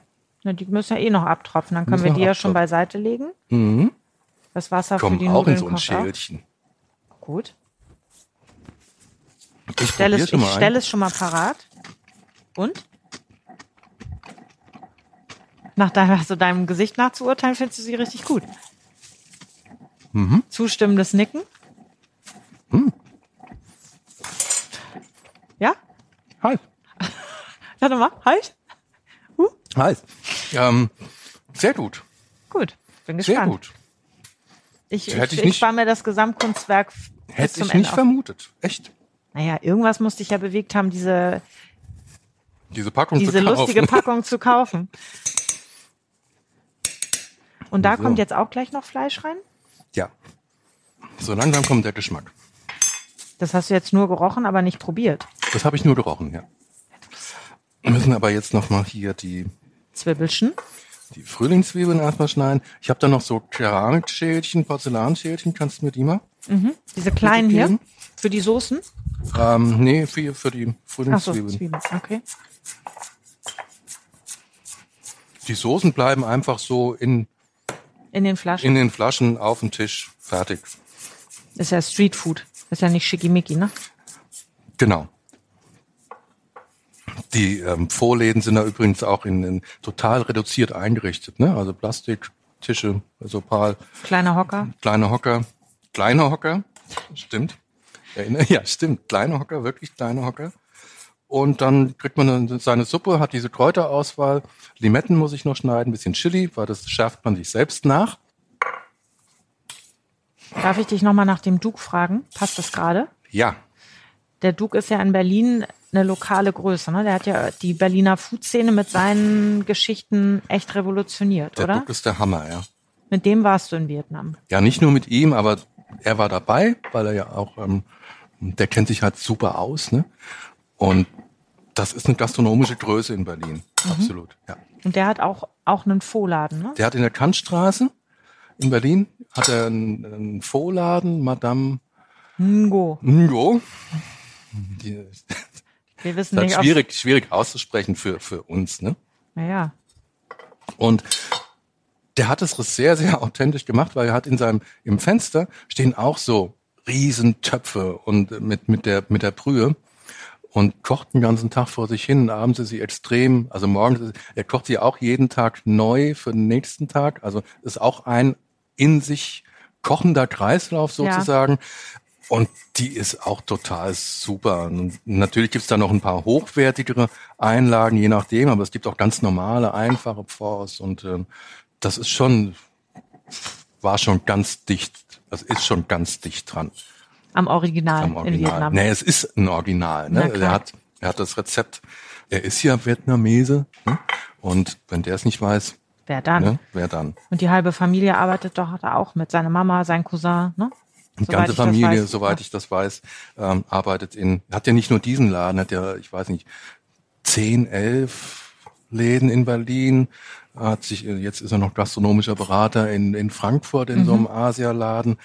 [SPEAKER 3] Na, die müssen ja eh noch abtropfen. Dann können
[SPEAKER 4] Müssen
[SPEAKER 3] wir
[SPEAKER 4] noch
[SPEAKER 3] die ja schon
[SPEAKER 4] abtropfen.
[SPEAKER 3] beiseite legen.
[SPEAKER 4] Mhm.
[SPEAKER 3] Das Wasser für
[SPEAKER 4] Kommen
[SPEAKER 3] die
[SPEAKER 4] auch
[SPEAKER 3] Nudeln
[SPEAKER 4] in so ein
[SPEAKER 3] kocht auch.
[SPEAKER 4] Schälchen.
[SPEAKER 3] Gut.
[SPEAKER 4] Ich
[SPEAKER 3] Stell
[SPEAKER 4] probiere
[SPEAKER 3] es,
[SPEAKER 4] schon
[SPEAKER 3] ich
[SPEAKER 4] mal ein.
[SPEAKER 3] stelle es schon mal parat. Und? Nach deinem, also deinem Gesicht nach zu urteilen, findest du sie richtig gut.
[SPEAKER 4] Mhm.
[SPEAKER 3] Zustimmendes Nicken? Ja?
[SPEAKER 4] Heiß.
[SPEAKER 3] Warte mal, halt.
[SPEAKER 4] Heiß. Ähm, sehr gut.
[SPEAKER 3] Gut, bin
[SPEAKER 4] Sehr
[SPEAKER 3] gespannt.
[SPEAKER 4] gut.
[SPEAKER 3] Ich,
[SPEAKER 4] Hätte
[SPEAKER 3] ich,
[SPEAKER 4] ich
[SPEAKER 3] ich
[SPEAKER 4] nicht-
[SPEAKER 3] spare mir das Gesamtkunstwerk f- bis
[SPEAKER 4] Hätte
[SPEAKER 3] zum
[SPEAKER 4] ich
[SPEAKER 3] Ende
[SPEAKER 4] nicht
[SPEAKER 3] auf.
[SPEAKER 4] vermutet. Echt.
[SPEAKER 3] Naja, irgendwas musste ich ja bewegt haben, diese,
[SPEAKER 4] Diese Packung
[SPEAKER 3] diese
[SPEAKER 4] zu kaufen.
[SPEAKER 3] lustige Packung zu kaufen. Und da
[SPEAKER 4] So.
[SPEAKER 3] kommt jetzt auch gleich noch Fleisch rein?
[SPEAKER 4] Ja. So langsam kommt der Geschmack.
[SPEAKER 3] Das hast du jetzt nur gerochen, aber nicht probiert.
[SPEAKER 4] Das habe ich nur gerochen, ja. Wir müssen aber jetzt nochmal hier die,
[SPEAKER 3] Zwiebelchen.
[SPEAKER 4] die Frühlingszwiebeln erstmal schneiden. Ich habe da noch so Keramikschälchen, Porzellanschälchen. Kannst du mir die mal?
[SPEAKER 3] Diese kleinen hier
[SPEAKER 4] Mitgegeben?
[SPEAKER 3] für die Soßen.
[SPEAKER 4] Ähm, nee, für, für die
[SPEAKER 3] Achso,
[SPEAKER 4] Frühlingszwiebeln.
[SPEAKER 3] Zwiebeln. Okay.
[SPEAKER 4] die Soßen bleiben einfach so in,
[SPEAKER 3] In den Flaschen.
[SPEAKER 4] in den Flaschen auf dem Tisch fertig.
[SPEAKER 3] ist ja Streetfood. Ist ja nicht schickimicki, ne?
[SPEAKER 4] Genau. Die ähm, Vorläden sind da übrigens auch in, in total reduziert eingerichtet, ne? Also Plastiktische, so ein paar
[SPEAKER 3] Kleiner Hocker.
[SPEAKER 4] kleine Hocker, kleine Hocker, stimmt. Erinnere- Ja, stimmt, kleine Hocker, wirklich kleine Hocker. Und dann kriegt man dann seine Suppe, hat diese Kräuterauswahl. Limetten muss ich noch schneiden, ein bisschen Chili, weil das schärft man sich selbst nach.
[SPEAKER 3] Darf ich dich nochmal nach dem Duke fragen? Passt das gerade?
[SPEAKER 4] Ja,
[SPEAKER 3] Der Duke ist ja in Berlin eine lokale Größe, ne? Der hat ja die Berliner Food-Szene mit seinen Geschichten echt revolutioniert,
[SPEAKER 4] der
[SPEAKER 3] oder?
[SPEAKER 4] Duck ist der Hammer, ja.
[SPEAKER 3] Mit dem warst du in Vietnam.
[SPEAKER 4] Ja, nicht nur mit ihm, aber er war dabei, weil er ja auch, ähm, der kennt sich halt super aus, ne? Und das ist eine gastronomische Größe in Berlin. Absolut, ja.
[SPEAKER 3] Und der hat auch, auch einen Faux-Laden, ne?
[SPEAKER 4] Der hat in der Kantstraße in Berlin hat er einen, einen Vorladen, Madame
[SPEAKER 3] Ngo.
[SPEAKER 4] Ngo. Die,
[SPEAKER 3] Wir wissen
[SPEAKER 4] das
[SPEAKER 3] nicht,
[SPEAKER 4] ist halt
[SPEAKER 3] ob-
[SPEAKER 4] schwierig, schwierig auszusprechen für, für uns, ne?
[SPEAKER 3] Naja.
[SPEAKER 4] Und der hat es sehr, sehr authentisch gemacht, weil er hat in seinem, im Fenster stehen auch so Riesentöpfe und mit, mit der, mit der Brühe und kocht den ganzen Tag vor sich hin. Abends ist sie extrem, also morgens, ist, er kocht sie auch jeden Tag neu für den nächsten Tag. Also ist auch ein in sich kochender Kreislauf
[SPEAKER 3] Ja.
[SPEAKER 4] sozusagen. Und die ist auch total super. Und natürlich gibt's da noch ein paar hochwertigere Einlagen, je nachdem, aber es gibt auch ganz normale, einfache Pforts. Und ähm, das ist schon, war schon ganz dicht, das ist schon ganz dicht dran
[SPEAKER 3] Am Original,
[SPEAKER 4] am
[SPEAKER 3] in
[SPEAKER 4] Original.
[SPEAKER 3] Vietnam.
[SPEAKER 4] Nee, es ist ein Original.
[SPEAKER 3] Na
[SPEAKER 4] Ne?
[SPEAKER 3] klar.
[SPEAKER 4] Er, hat, er hat das Rezept. Er ist ja Vietnamese. Ne? Und wenn der es nicht weiß,
[SPEAKER 3] Wer dann?
[SPEAKER 4] ne, wer dann?
[SPEAKER 3] Und die halbe Familie arbeitet doch da auch mit. Seine Mama, sein Cousin, ne?
[SPEAKER 4] Die
[SPEAKER 3] Soweit
[SPEAKER 4] ganze
[SPEAKER 3] ich das
[SPEAKER 4] Familie,
[SPEAKER 3] weiß.
[SPEAKER 4] soweit ich das weiß, ähm, arbeitet in, hat ja nicht nur diesen Laden, hat ja, ich weiß nicht, zehn, elf Läden in Berlin, hat sich, äh, jetzt ist er noch gastronomischer Berater in, in Frankfurt in so
[SPEAKER 3] Mhm.
[SPEAKER 4] einem Asialaden.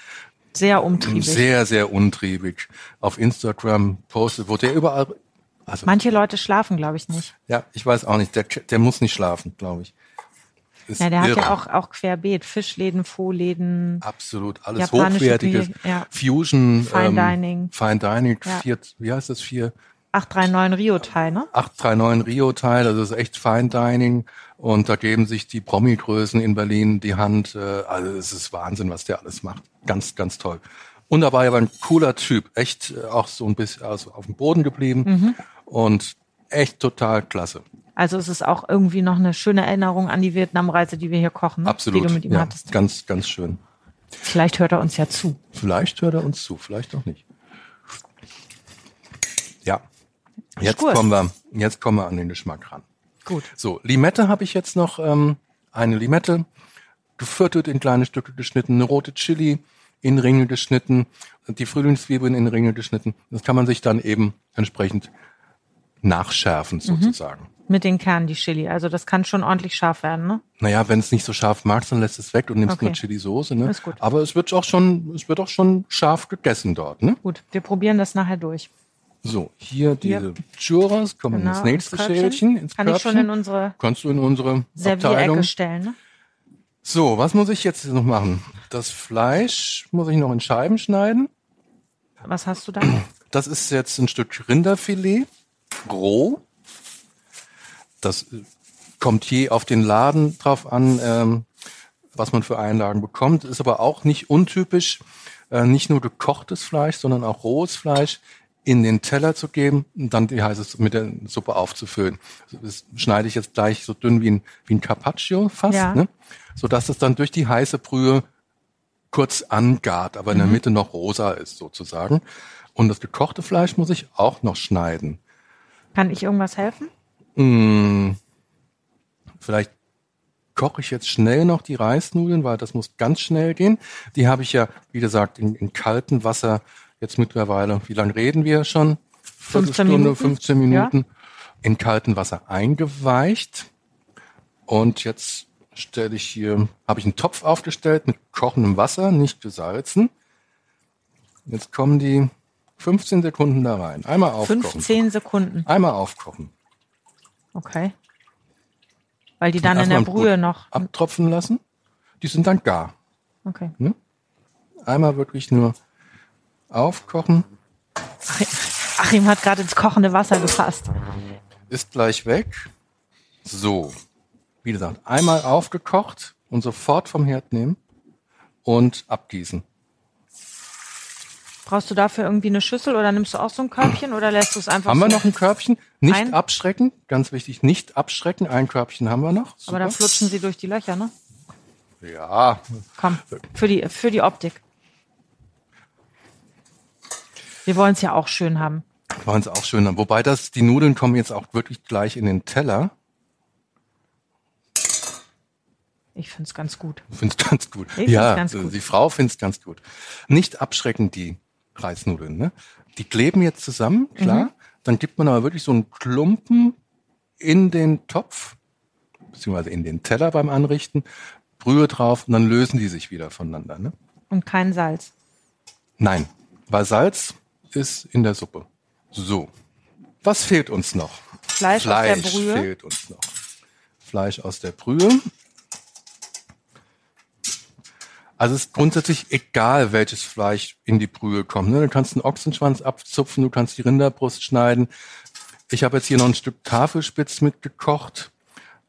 [SPEAKER 3] Sehr umtriebig.
[SPEAKER 4] Sehr, sehr untriebig. Auf Instagram postet, wo der überall, also
[SPEAKER 3] Manche Leute schlafen, glaube ich, nicht.
[SPEAKER 4] Ja, ich weiß auch nicht. Der, der muss nicht schlafen, glaube ich. Ist
[SPEAKER 3] Ja, der hat
[SPEAKER 4] irre.
[SPEAKER 3] ja auch, auch querbeet. Fischläden, Fohläden.
[SPEAKER 4] absolut alles
[SPEAKER 3] japanische
[SPEAKER 4] hochwertiges.
[SPEAKER 3] Küche, ja.
[SPEAKER 4] Fusion. ähm,
[SPEAKER 3] Fine Dining.
[SPEAKER 4] Fine Dining.
[SPEAKER 3] Ja.
[SPEAKER 4] Vier, wie heißt das? Vier,
[SPEAKER 3] 839 Rio-Teil, ne?
[SPEAKER 4] 839 Rio-Teil. Also das ist echt Fine Dining. Und da geben sich die Promi-Größen in Berlin die Hand. Äh, Also es ist Wahnsinn, was der alles macht. Ganz, ganz toll. Und da war er aber ein cooler Typ. Echt äh, auch so ein bisschen also auf dem Boden geblieben.
[SPEAKER 3] Mhm.
[SPEAKER 4] Und echt total klasse.
[SPEAKER 3] Also es ist auch irgendwie noch eine schöne Erinnerung an die Vietnamreise, die wir hier kochen, ne?
[SPEAKER 4] Absolut.
[SPEAKER 3] die du mit ihm
[SPEAKER 4] ja,
[SPEAKER 3] hattest.
[SPEAKER 4] ganz, ganz schön.
[SPEAKER 3] Vielleicht hört er uns ja zu.
[SPEAKER 4] Vielleicht hört er uns zu, vielleicht auch nicht. Ja. Jetzt
[SPEAKER 3] gut.
[SPEAKER 4] kommen wir, jetzt kommen wir an den Geschmack ran.
[SPEAKER 3] Gut.
[SPEAKER 4] So, Limette habe ich jetzt noch, ähm, eine Limette, geviertelt in kleine Stücke geschnitten, eine rote Chili in Ringe geschnitten, die Frühlingszwiebeln in Ringe geschnitten. Das kann man sich dann eben entsprechend nachschärfen
[SPEAKER 3] Mhm.
[SPEAKER 4] sozusagen.
[SPEAKER 3] Mit den Kernen, die Chili. Also das kann schon ordentlich scharf werden, ne?
[SPEAKER 4] Naja, wenn es nicht so scharf magst, dann lässt es weg und nimmst
[SPEAKER 3] Okay.
[SPEAKER 4] nur Chili-Soße. Ne?
[SPEAKER 3] Ist gut.
[SPEAKER 4] Aber es wird auch schon, es wird auch schon scharf gegessen dort. Ne?
[SPEAKER 3] Gut, wir probieren das nachher durch.
[SPEAKER 4] So, hier diese Churros kommen
[SPEAKER 3] Genau,
[SPEAKER 4] Hm, ins
[SPEAKER 3] ins
[SPEAKER 4] nächste
[SPEAKER 3] Körbchen.
[SPEAKER 4] Schälchen, ins
[SPEAKER 3] Kann ich
[SPEAKER 4] Körbchen.
[SPEAKER 3] schon in unsere
[SPEAKER 4] Kannst du in unsere Abteilung.
[SPEAKER 3] Servierecke stellen, ne?
[SPEAKER 4] So, was muss ich jetzt noch machen? Das Fleisch muss ich noch in Scheiben schneiden.
[SPEAKER 3] Was hast du da?
[SPEAKER 4] Das ist jetzt ein Stück Rinderfilet, roh. Das äh, kommt je auf den Laden drauf an, ähm, was man für Einlagen bekommt. Ist aber auch nicht untypisch, äh, nicht nur gekochtes Fleisch, sondern auch rohes Fleisch in den Teller zu geben und dann die heiße Su- mit der Suppe aufzufüllen. Also Das schneide ich jetzt gleich so dünn wie ein, wie ein Carpaccio fast,
[SPEAKER 3] Ja.
[SPEAKER 4] ne? sodass es dann durch die heiße Brühe kurz angart, aber in der Mitte noch rosa ist sozusagen. Und das gekochte Fleisch muss ich auch noch schneiden.
[SPEAKER 3] Kann ich irgendwas helfen?
[SPEAKER 4] Hm, vielleicht koche ich jetzt schnell noch die Reisnudeln, weil das muss ganz schnell gehen. Die habe ich ja, wie gesagt, in, in kaltem Wasser jetzt mittlerweile, wie lange reden wir schon?
[SPEAKER 3] 15
[SPEAKER 4] Viertelstunde,
[SPEAKER 3] Minuten?
[SPEAKER 4] 15 Minuten in kaltem Wasser eingeweicht. Und jetzt stelle ich hier, habe ich einen Topf aufgestellt mit kochendem Wasser, nicht gesalzen. Jetzt kommen die 15 Sekunden da rein. Einmal aufkochen.
[SPEAKER 3] 15 Sekunden.
[SPEAKER 4] Einmal aufkochen.
[SPEAKER 3] Okay. Weil die dann in der
[SPEAKER 4] Erstmal gut
[SPEAKER 3] Brühe noch.
[SPEAKER 4] Abtropfen lassen. Die sind dann gar.
[SPEAKER 3] Okay.
[SPEAKER 4] Einmal wirklich nur aufkochen,
[SPEAKER 3] Achim hat gerade ins kochende Wasser gefasst.
[SPEAKER 4] ist gleich weg. So. Wie gesagt, einmal aufgekocht und sofort vom Herd nehmen und abgießen.
[SPEAKER 3] Brauchst du dafür irgendwie eine Schüssel oder nimmst du auch so ein Körbchen oder lässt du es einfach
[SPEAKER 4] Haben
[SPEAKER 3] so?
[SPEAKER 4] wir noch ein Körbchen? Nicht
[SPEAKER 3] Ein-
[SPEAKER 4] abschrecken, ganz wichtig, nicht abschrecken. Ein Körbchen haben wir noch.
[SPEAKER 3] Aber da flutschen sie durch die Löcher, ne?
[SPEAKER 4] Ja,
[SPEAKER 3] Komm, für die, für die Optik. Wir wollen es ja auch schön haben.
[SPEAKER 4] waren es auch schön. Wobei das, die Nudeln kommen jetzt auch wirklich gleich in den Teller.
[SPEAKER 3] Ich finde es ganz gut.
[SPEAKER 4] Find's ganz gut.
[SPEAKER 3] Ich
[SPEAKER 4] ja,
[SPEAKER 3] find's ganz gut.
[SPEAKER 4] die Frau find's ganz gut. Nicht abschrecken die Reisnudeln, ne? Die kleben jetzt zusammen,
[SPEAKER 3] Mhm.
[SPEAKER 4] klar. Dann gibt man aber wirklich so einen Klumpen in den Topf, beziehungsweise in den Teller beim Anrichten, Brühe drauf und dann lösen die sich wieder voneinander, ne?
[SPEAKER 3] Und kein Salz.
[SPEAKER 4] Nein, weil Salz ist in der Suppe. So. Was fehlt uns noch?
[SPEAKER 3] Fleisch, aus der Brühe.
[SPEAKER 4] fehlt uns noch. Fleisch aus der Brühe. Also es ist grundsätzlich egal, welches Fleisch in die Brühe kommt. ne? Du kannst einen Ochsenschwanz abzupfen, du kannst die Rinderbrust schneiden. Ich habe jetzt hier noch ein Stück Tafelspitz mitgekocht,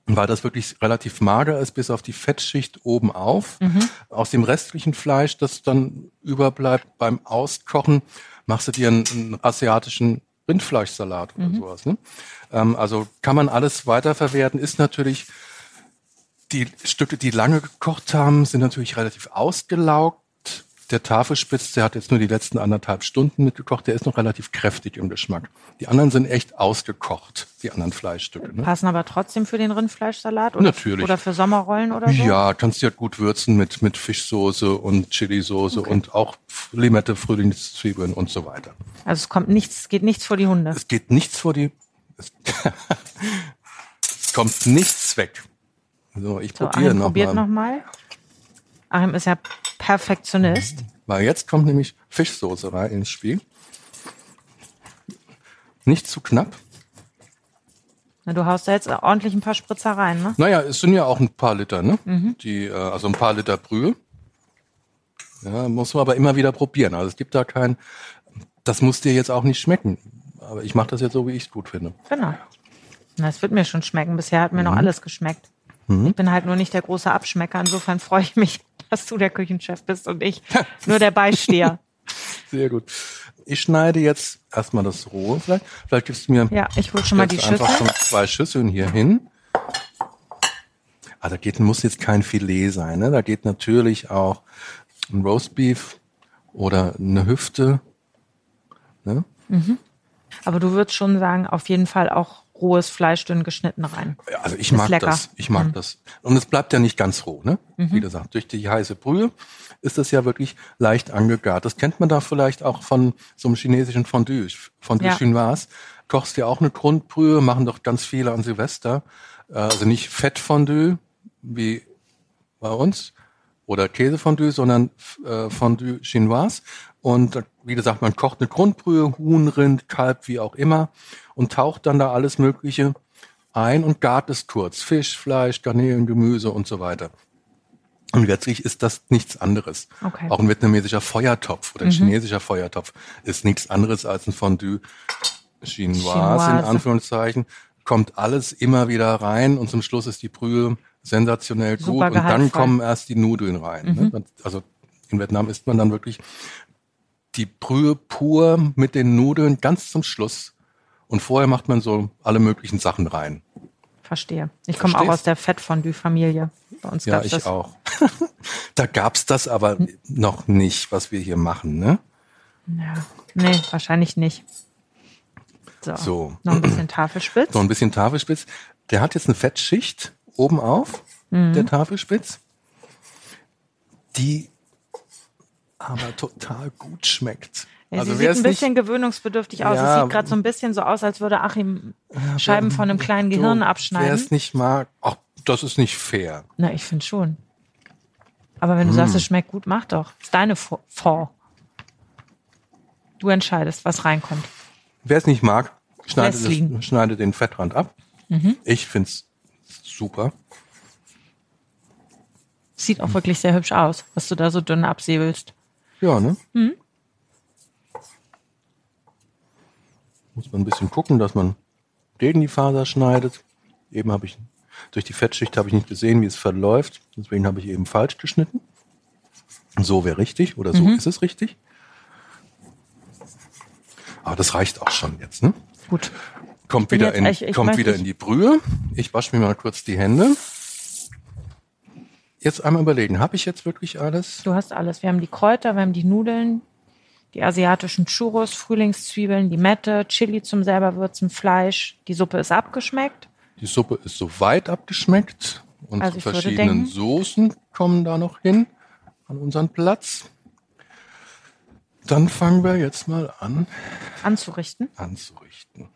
[SPEAKER 4] weil das wirklich relativ mager ist, bis auf die Fettschicht oben auf. Aus dem restlichen Fleisch, das dann überbleibt beim Auskochen, machst du dir einen, einen asiatischen Rindfleischsalat oder sowas. Ne? Ähm, also kann man alles weiterverwerten, ist natürlich die Stücke, die lange gekocht haben, sind natürlich relativ ausgelaugt. Der Tafelspitz, der hat jetzt nur die letzten anderthalb Stunden mitgekocht, der ist noch relativ kräftig im Geschmack. Die anderen sind echt ausgekocht, die anderen Fleischstücke. Ne?
[SPEAKER 3] Passen aber trotzdem für den Rindfleischsalat oder,
[SPEAKER 4] Natürlich.
[SPEAKER 3] oder für Sommerrollen oder so?
[SPEAKER 4] Ja, kannst du ja gut würzen mit, mit Fischsoße und Chilisoße und auch Limette, Frühlingszwiebeln und so weiter.
[SPEAKER 3] Also es kommt nichts, es geht nichts vor die Hunde.
[SPEAKER 4] Es geht nichts vor die. Es kommt nichts weg. So, ich
[SPEAKER 3] So,
[SPEAKER 4] probiere
[SPEAKER 3] Achim
[SPEAKER 4] noch
[SPEAKER 3] probiert
[SPEAKER 4] mal.
[SPEAKER 3] nochmal. Achim ist ja Perfektionist.
[SPEAKER 4] Weil jetzt kommt nämlich Fischsoße rein ins Spiel. Nicht zu knapp.
[SPEAKER 3] Na, du haust da jetzt ordentlich ein paar Spritzer rein, ne?
[SPEAKER 4] Naja, es sind ja auch ein paar Liter, ne?
[SPEAKER 3] Mhm.
[SPEAKER 4] Die, äh, also ein paar Liter Brühe. Ja, muss man aber immer wieder probieren. Also es gibt da kein, das muss dir jetzt auch nicht schmecken. Aber ich mache das jetzt so, wie ich es gut finde.
[SPEAKER 3] Genau. Na, es wird mir schon schmecken. Bisher hat mir
[SPEAKER 4] Mhm.
[SPEAKER 3] noch alles geschmeckt. Ich bin halt nur nicht der große Abschmecker. Insofern freue ich mich, dass du der Küchenchef bist und ich nur der Beisteher.
[SPEAKER 4] Sehr gut. Ich schneide jetzt erstmal das rohe vielleicht. Vielleicht gibst du mir
[SPEAKER 3] Ja, ich hole schon mal die
[SPEAKER 4] jetzt einfach
[SPEAKER 3] Schüssel.
[SPEAKER 4] schon zwei Schüsseln hier hin. Ah, da geht, muss jetzt kein Filet sein. Ne? Da geht natürlich auch ein Roastbeef oder eine Hüfte. Ne?
[SPEAKER 3] Aber du würdest schon sagen, auf jeden Fall auch rohes Fleisch dünn geschnitten rein.
[SPEAKER 4] Ja, Also ich
[SPEAKER 3] Ist
[SPEAKER 4] mag
[SPEAKER 3] lecker. Mhm.
[SPEAKER 4] das. Ich mag das. Und es bleibt ja nicht ganz roh, ne? Wie gesagt, durch die heiße Brühe ist das ja wirklich leicht angegart. Das kennt man da vielleicht auch von so einem chinesischen Fondue. Fondue
[SPEAKER 3] Ja.
[SPEAKER 4] Chinoise. Kochst ja auch eine Grundbrühe, machen doch ganz viele an Silvester. Äh, Also nicht Fettfondue, wie bei uns oder Käsefondue, sondern äh, Fondue Chinoise. Und äh, wie gesagt, man kocht eine Grundbrühe, Huhn, Rind, Kalb, wie auch immer und taucht dann da alles Mögliche ein und gart es kurz. Fisch, Fleisch, Garnelen, Gemüse und so weiter. Und letztlich ist das nichts anderes.
[SPEAKER 3] Okay. Mhm.
[SPEAKER 4] Auch ein vietnamesischer Feuertopf oder ein chinesischer Feuertopf ist nichts anderes als ein Fondue Chinoise, in
[SPEAKER 3] Chinoise.
[SPEAKER 4] Anführungszeichen. Kommt alles immer wieder rein und zum Schluss ist die Brühe sensationell gut
[SPEAKER 3] Super
[SPEAKER 4] und dann
[SPEAKER 3] gehaltvoll.
[SPEAKER 4] kommen erst die Nudeln rein.
[SPEAKER 3] Mhm.
[SPEAKER 4] Ne? Also in Vietnam isst man dann wirklich die Brühe pur mit den Nudeln ganz zum Schluss. Und vorher macht man so alle möglichen Sachen rein.
[SPEAKER 3] Verstehe. Ich komme auch
[SPEAKER 4] Verstehst?
[SPEAKER 3] aus der Fettfondue-Familie. Bei uns
[SPEAKER 4] Ja,
[SPEAKER 3] gab's
[SPEAKER 4] ich
[SPEAKER 3] das. Hm.
[SPEAKER 4] auch. da gab's das aber noch nicht, was wir hier machen. Ne?
[SPEAKER 3] Ja. Nee, wahrscheinlich nicht. So.
[SPEAKER 4] So.
[SPEAKER 3] Noch ein bisschen Tafelspitz.
[SPEAKER 4] So ein bisschen Tafelspitz. Der hat jetzt eine Fettschicht oben auf,
[SPEAKER 3] Mhm.
[SPEAKER 4] der Tafelspitz, die aber total gut schmeckt.
[SPEAKER 3] Ja,
[SPEAKER 4] also
[SPEAKER 3] sie
[SPEAKER 4] wer
[SPEAKER 3] sieht
[SPEAKER 4] es
[SPEAKER 3] ein
[SPEAKER 4] nicht-
[SPEAKER 3] bisschen gewöhnungsbedürftig aus.
[SPEAKER 4] Ja.
[SPEAKER 3] es sieht gerade so ein bisschen so aus, als würde Achim Scheiben von einem kleinen Gehirn
[SPEAKER 4] Du, Wer
[SPEAKER 3] abschneiden.
[SPEAKER 4] es nicht mag, ach, das ist nicht Hm. fair.
[SPEAKER 3] Na, ich finde schon. Aber wenn du sagst, es schmeckt gut, mach doch. Ist deine Fo- Fond. Du entscheidest, was reinkommt.
[SPEAKER 4] Wer es nicht mag, schneidet,
[SPEAKER 3] Lässt liegen.
[SPEAKER 4] es, schneidet den Fettrand ab.
[SPEAKER 3] Mhm.
[SPEAKER 4] Ich find's super.
[SPEAKER 3] Sieht auch wirklich sehr hübsch aus, was du da so dünn absäbelst.
[SPEAKER 4] Ja, ne?
[SPEAKER 3] Mhm.
[SPEAKER 4] Muss man ein bisschen gucken, dass man gegen die Faser schneidet. Eben habe ich, durch die Fettschicht habe ich nicht gesehen, wie es verläuft. Deswegen habe ich eben falsch geschnitten. So wäre richtig oder so
[SPEAKER 3] Mhm.
[SPEAKER 4] ist es richtig. Aber das reicht auch schon jetzt, ne?
[SPEAKER 3] Gut.
[SPEAKER 4] Kommt
[SPEAKER 3] bin
[SPEAKER 4] wieder,
[SPEAKER 3] jetzt
[SPEAKER 4] in,
[SPEAKER 3] echt- ich
[SPEAKER 4] kommt
[SPEAKER 3] mag
[SPEAKER 4] wieder
[SPEAKER 3] nicht-
[SPEAKER 4] in die Brühe. Ich wasche mir mal kurz die Hände. Jetzt einmal überlegen, habe ich jetzt wirklich alles?
[SPEAKER 3] Du hast alles. Wir haben die Kräuter, wir haben die Nudeln, die asiatischen Churros, Frühlingszwiebeln, die Mette, Chili zum selber würzen, Fleisch. Die Suppe ist abgeschmeckt.
[SPEAKER 4] Die Suppe ist soweit abgeschmeckt. Unsere
[SPEAKER 3] Also ich würde
[SPEAKER 4] verschiedenen
[SPEAKER 3] denken-
[SPEAKER 4] Soßen kommen da noch hin an unseren Platz. Dann fangen wir jetzt mal an
[SPEAKER 3] Anzurichten.
[SPEAKER 4] anzurichten.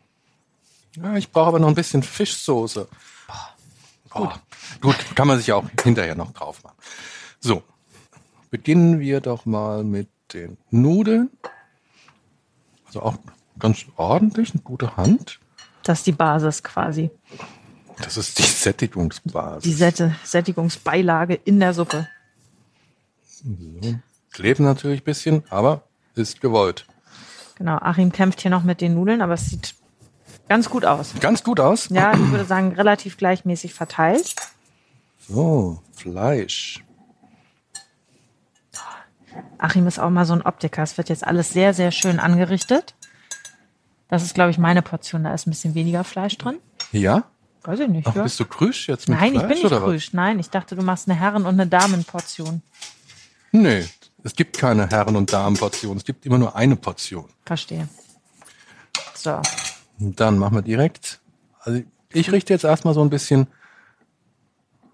[SPEAKER 4] Ja, ich brauche aber noch ein bisschen Fischsoße. Boah. Gut, kann man sich auch hinterher noch drauf machen. So, beginnen wir doch mal mit den Nudeln. Also auch ganz ordentlich, eine gute Hand.
[SPEAKER 3] Das ist die Basis quasi.
[SPEAKER 4] Das ist die Sättigungsbasis.
[SPEAKER 3] Die Sätte, Sättigungsbeilage in der Suppe.
[SPEAKER 4] Kleben natürlich ein bisschen, aber ist gewollt.
[SPEAKER 3] Genau. Achim kämpft hier noch mit den Nudeln, aber es sieht ganz gut aus.
[SPEAKER 4] Ganz gut aus.
[SPEAKER 3] Ja, ich würde sagen, relativ gleichmäßig verteilt.
[SPEAKER 4] So, Fleisch.
[SPEAKER 3] Achim ist auch mal so ein Optiker. Es wird jetzt alles sehr, sehr schön angerichtet. Das ist, glaube ich, meine Portion. Da ist ein bisschen weniger Fleisch drin.
[SPEAKER 4] Ja?
[SPEAKER 3] Weiß ich nicht.
[SPEAKER 4] Ach,
[SPEAKER 3] ja.
[SPEAKER 4] bist du krüsch jetzt mit
[SPEAKER 3] Nein,
[SPEAKER 4] Fleisch?
[SPEAKER 3] ich bin nicht
[SPEAKER 4] oder was?
[SPEAKER 3] grüsch. Nein, ich dachte, du machst eine Herren- und eine Damenportion.
[SPEAKER 4] Nee, es gibt keine Herren- und Damenportion. Es gibt immer nur eine Portion.
[SPEAKER 3] Verstehe. So,
[SPEAKER 4] Und dann machen wir direkt. Also ich richte jetzt erstmal so ein bisschen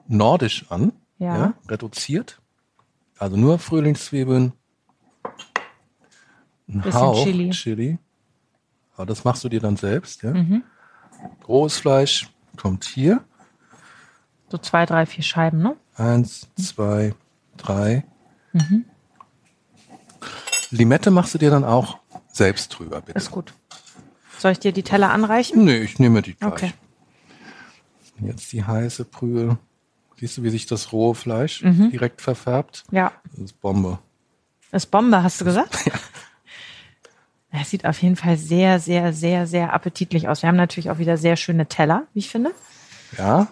[SPEAKER 4] nordisch an.
[SPEAKER 3] Ja.
[SPEAKER 4] reduziert. Also nur Frühlingszwiebeln. Ein
[SPEAKER 3] Bisschen Chili.
[SPEAKER 4] Chili. Aber das machst du dir dann selbst, ja?
[SPEAKER 3] Mhm.
[SPEAKER 4] Rohes Fleisch kommt hier.
[SPEAKER 3] so zwei, drei, vier Scheiben, ne?
[SPEAKER 4] Eins, zwei, drei.
[SPEAKER 3] Mhm.
[SPEAKER 4] Limette machst du dir dann auch selbst drüber, bitte.
[SPEAKER 3] Ist gut. Soll ich dir die Teller anreichen?
[SPEAKER 4] Nee, ich nehme die gleich.
[SPEAKER 3] Okay.
[SPEAKER 4] Jetzt die heiße Brühe. Siehst du, wie sich das rohe Fleisch
[SPEAKER 3] Mhm.
[SPEAKER 4] direkt verfärbt?
[SPEAKER 3] Ja.
[SPEAKER 4] Das ist Bombe.
[SPEAKER 3] Ist Bombe, hast du gesagt? Es sieht auf jeden Fall sehr, sehr, sehr, sehr appetitlich aus. Wir haben natürlich auch wieder sehr schöne Teller, wie ich finde.
[SPEAKER 4] Also Ja.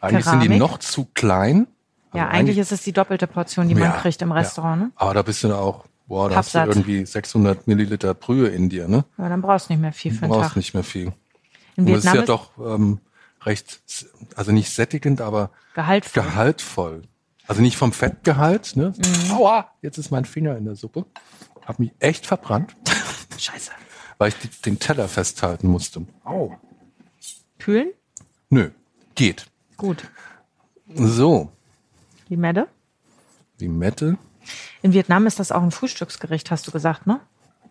[SPEAKER 4] Eigentlich sind die
[SPEAKER 3] Keramik.
[SPEAKER 4] noch zu klein.
[SPEAKER 3] Ja,
[SPEAKER 4] Also
[SPEAKER 3] eigentlich ist es die doppelte Portion, die man
[SPEAKER 4] Ja,
[SPEAKER 3] kriegt im
[SPEAKER 4] ja.
[SPEAKER 3] Restaurant. Ne?
[SPEAKER 4] Aber da bist du dann auch, boah, da hast du
[SPEAKER 3] Pappsatz.
[SPEAKER 4] irgendwie 600 Milliliter Brühe in dir, ne?
[SPEAKER 3] Aber dann brauchst du nicht mehr viel für
[SPEAKER 4] Du
[SPEAKER 3] den
[SPEAKER 4] brauchst
[SPEAKER 3] Tag.
[SPEAKER 4] nicht mehr viel.
[SPEAKER 3] In
[SPEAKER 4] Und das ist
[SPEAKER 3] Vietnam
[SPEAKER 4] ja
[SPEAKER 3] ist
[SPEAKER 4] doch ähm, recht, s- also nicht sättigend, aber
[SPEAKER 3] Gehalt voll.
[SPEAKER 4] gehaltvoll. Also nicht vom Fettgehalt, ne? Aua, jetzt ist mein Finger in der Suppe. Hab mich echt verbrannt.
[SPEAKER 3] Scheiße.
[SPEAKER 4] weil ich den Teller festhalten musste. Au.
[SPEAKER 3] Kühlen?
[SPEAKER 4] Nö, geht.
[SPEAKER 3] Gut.
[SPEAKER 4] So,
[SPEAKER 3] Die Mette?
[SPEAKER 4] die Mette.
[SPEAKER 3] In Vietnam ist das auch ein Frühstücksgericht, hast du gesagt, ne?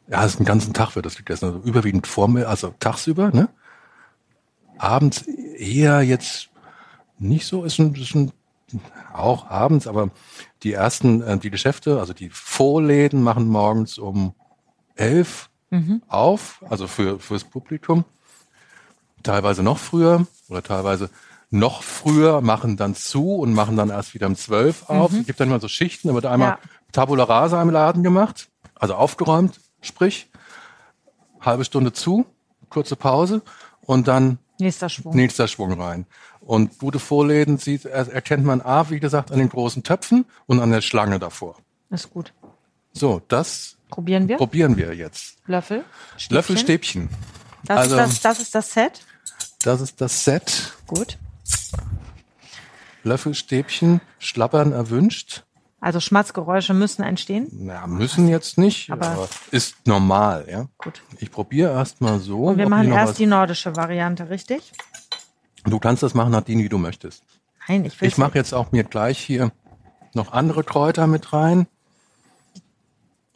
[SPEAKER 4] Ja, das ist den ganzen Tag wird das gegessen. Also überwiegend vormittags, also tagsüber, ne? Abends eher jetzt nicht so, ist ein, ist ein auch abends, aber die ersten, äh, die Geschäfte, also die Vorläden machen morgens um elf auf, also für, fürs Publikum. Teilweise noch früher oder teilweise noch früher machen dann zu und machen dann erst wieder um zwölf auf. Es gibt dann immer so Schichten, da wird einmal
[SPEAKER 3] Ja.
[SPEAKER 4] Tabula rasa im Laden gemacht, also aufgeräumt, sprich, halbe Stunde zu, kurze Pause und dann
[SPEAKER 3] Nächster Schwung.
[SPEAKER 4] nächster Schwung rein. Und gute Vorläden sieht, er- erkennt man A, wie gesagt, an den großen Töpfen und an der Schlange davor.
[SPEAKER 3] Ist gut.
[SPEAKER 4] So, das
[SPEAKER 3] Probieren wir.
[SPEAKER 4] probieren wir jetzt.
[SPEAKER 3] Löffel. Stäbchen.
[SPEAKER 4] Löffelstäbchen.
[SPEAKER 3] Das,
[SPEAKER 4] also-
[SPEAKER 3] ist das, das ist das Set.
[SPEAKER 4] Das ist das Set.
[SPEAKER 3] Gut.
[SPEAKER 4] Löffelstäbchen, Schlappern erwünscht.
[SPEAKER 3] Also Schmatzgeräusche müssen entstehen.
[SPEAKER 4] Na, müssen jetzt nicht, aber,
[SPEAKER 3] Aber-
[SPEAKER 4] ist normal, ja.
[SPEAKER 3] Gut.
[SPEAKER 4] Ich probiere erst mal so.
[SPEAKER 3] Und wir
[SPEAKER 4] ob
[SPEAKER 3] machen
[SPEAKER 4] hier noch
[SPEAKER 3] erst
[SPEAKER 4] was-
[SPEAKER 3] die nordische Variante, richtig?
[SPEAKER 4] Du kannst das machen, Nadine, wie du möchtest.
[SPEAKER 3] Nein, ich will.
[SPEAKER 4] Ich mache jetzt auch mir gleich hier noch andere Kräuter mit rein.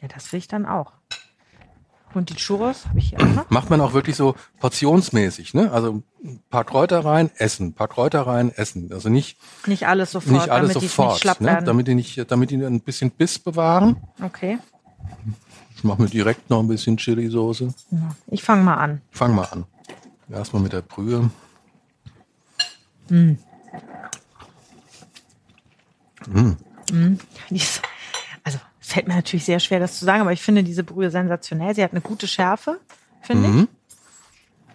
[SPEAKER 3] Ja, das will ich dann auch. Und die Churros habe ich hier auch noch.
[SPEAKER 4] Macht man auch wirklich so portionsmäßig, ne? Also ein paar Kräuter rein, essen, ein paar Kräuter rein, essen. Also nicht,
[SPEAKER 3] Nicht alles sofort,
[SPEAKER 4] nicht alles
[SPEAKER 3] damit die nicht
[SPEAKER 4] sofort,
[SPEAKER 3] schlapp
[SPEAKER 4] ne?
[SPEAKER 3] werden.
[SPEAKER 4] damit die nicht, damit die ein bisschen Biss bewahren.
[SPEAKER 3] okay.
[SPEAKER 4] Ich mache mir direkt noch ein bisschen Chili-Soße.
[SPEAKER 3] Ja. Ich fange mal an.
[SPEAKER 4] Fang mal an. Erstmal mit der Brühe.
[SPEAKER 3] Die ist- Also fällt mir natürlich sehr schwer, das zu sagen, aber ich finde diese Brühe sensationell. Sie hat eine gute Schärfe, finde
[SPEAKER 4] Mhm.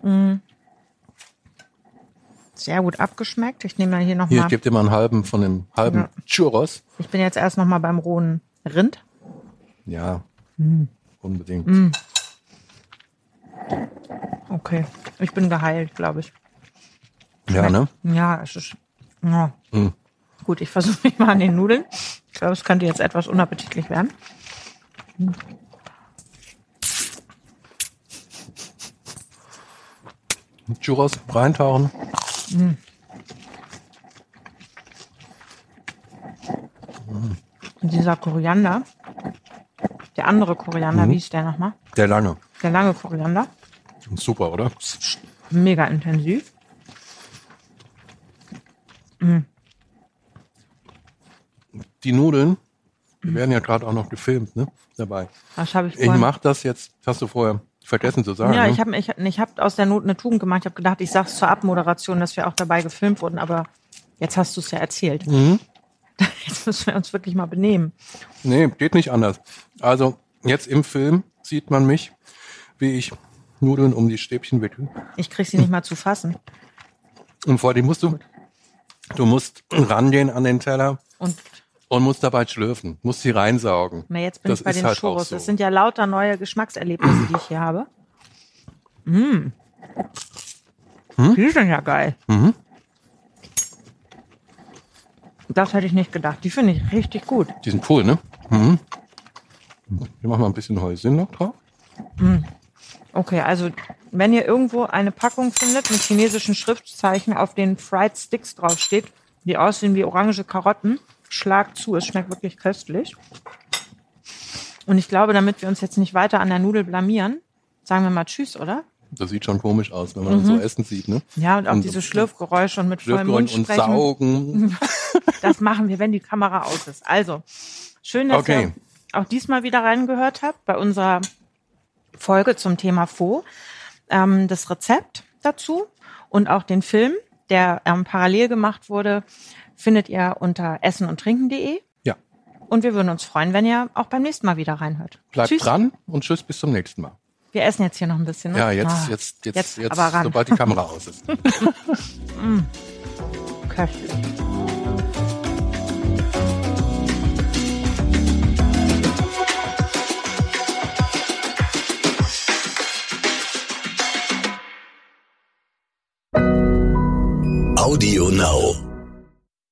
[SPEAKER 3] ich. Mm. Sehr gut abgeschmeckt. Ich nehme dann hier
[SPEAKER 4] Hier, ich
[SPEAKER 3] nochmal.
[SPEAKER 4] gebe dir mal einen halben von dem halben
[SPEAKER 3] Ja.
[SPEAKER 4] Churros.
[SPEAKER 3] Ich bin jetzt erst nochmal beim rohen Rind.
[SPEAKER 4] Ja,
[SPEAKER 3] Mm.
[SPEAKER 4] unbedingt.
[SPEAKER 3] Okay. Ich bin geheilt, glaube ich.
[SPEAKER 4] Ja, ne? Mhm.
[SPEAKER 3] Ja, es ist. Ja. Gut, ich versuche mich mal an den Nudeln. Ich glaube, es könnte jetzt etwas unappetitlich werden.
[SPEAKER 4] Churros reintauchen.
[SPEAKER 3] Und dieser Koriander, der andere Koriander,
[SPEAKER 4] Mhm.
[SPEAKER 3] wie ist der nochmal?
[SPEAKER 4] Der lange.
[SPEAKER 3] Der lange Koriander.
[SPEAKER 4] Super, oder?
[SPEAKER 3] mega intensiv.
[SPEAKER 4] Die Nudeln, die werden ja gerade auch noch gefilmt, ne? Dabei.
[SPEAKER 3] Das habe ich
[SPEAKER 4] Ich
[SPEAKER 3] vorhin.
[SPEAKER 4] mache das jetzt, das hast du vorher vergessen zu sagen.
[SPEAKER 3] ja,
[SPEAKER 4] ne?
[SPEAKER 3] ich habe ich, ich hab aus der Not eine Tugend gemacht. Ich habe gedacht, ich sag's zur Abmoderation, dass wir auch dabei gefilmt wurden, aber jetzt hast du es ja erzählt.
[SPEAKER 4] Mhm.
[SPEAKER 3] Jetzt müssen wir uns wirklich mal benehmen.
[SPEAKER 4] Nee, geht nicht anders. Also, jetzt im Film sieht man mich, wie ich Nudeln um die Stäbchen wickel.
[SPEAKER 3] Ich krieg sie nicht mal zu fassen.
[SPEAKER 4] Und vor dem musst du, du musst rangehen an den Teller
[SPEAKER 3] Und
[SPEAKER 4] und musst dabei schlürfen, musst sie reinsaugen.
[SPEAKER 3] na, jetzt bin
[SPEAKER 4] Das
[SPEAKER 3] ich bei
[SPEAKER 4] ist
[SPEAKER 3] den
[SPEAKER 4] halt auch
[SPEAKER 3] Churros.
[SPEAKER 4] so.
[SPEAKER 3] Das sind ja lauter neue Geschmackserlebnisse, die ich hier habe.
[SPEAKER 4] Hm?
[SPEAKER 3] Mm. Die sind ja geil.
[SPEAKER 4] Mhm.
[SPEAKER 3] Das hätte ich nicht gedacht. Die finde ich richtig gut.
[SPEAKER 4] Die sind cool, ne? Mhm. Wir machen mal ein bisschen Häuschen noch drauf.
[SPEAKER 3] Okay, also wenn ihr irgendwo eine Packung findet mit chinesischen Schriftzeichen, auf denen Fried Sticks draufsteht, die aussehen wie orange Karotten, schlagt zu. Es schmeckt wirklich köstlich. Und ich glaube, damit wir uns jetzt nicht weiter an der Nudel blamieren, sagen wir mal Tschüss, oder?
[SPEAKER 4] Das sieht schon komisch aus, wenn man das so essen sieht, ne?
[SPEAKER 3] Mhm. Ja, und auch
[SPEAKER 4] Und-
[SPEAKER 3] diese Schlürfgeräusche und mit vollem Mund
[SPEAKER 4] Schlürfgeräusch und
[SPEAKER 3] sprechen.
[SPEAKER 4] saugen.
[SPEAKER 3] Das machen wir, wenn die Kamera aus ist. Also, schön, dass
[SPEAKER 4] Okay.
[SPEAKER 3] ihr auch diesmal wieder reingehört habt bei unserer Folge zum Thema Faux. Ähm, das Rezept dazu und auch den Film, der ähm, parallel gemacht wurde, findet ihr unter essenundtrinken.de.
[SPEAKER 4] Ja,
[SPEAKER 3] Und wir würden uns freuen, wenn ihr auch beim nächsten Mal wieder reinhört.
[SPEAKER 4] bleibt
[SPEAKER 3] Tschüss.
[SPEAKER 4] dran und tschüss bis zum nächsten Mal.
[SPEAKER 3] Wir essen jetzt hier noch ein bisschen. Ne?
[SPEAKER 4] Ja,
[SPEAKER 3] Ah,
[SPEAKER 4] jetzt, jetzt, jetzt, jetzt,
[SPEAKER 3] aber ran.
[SPEAKER 4] sobald die Kamera aus ist.
[SPEAKER 3] Köstlich.
[SPEAKER 1] Audio Now.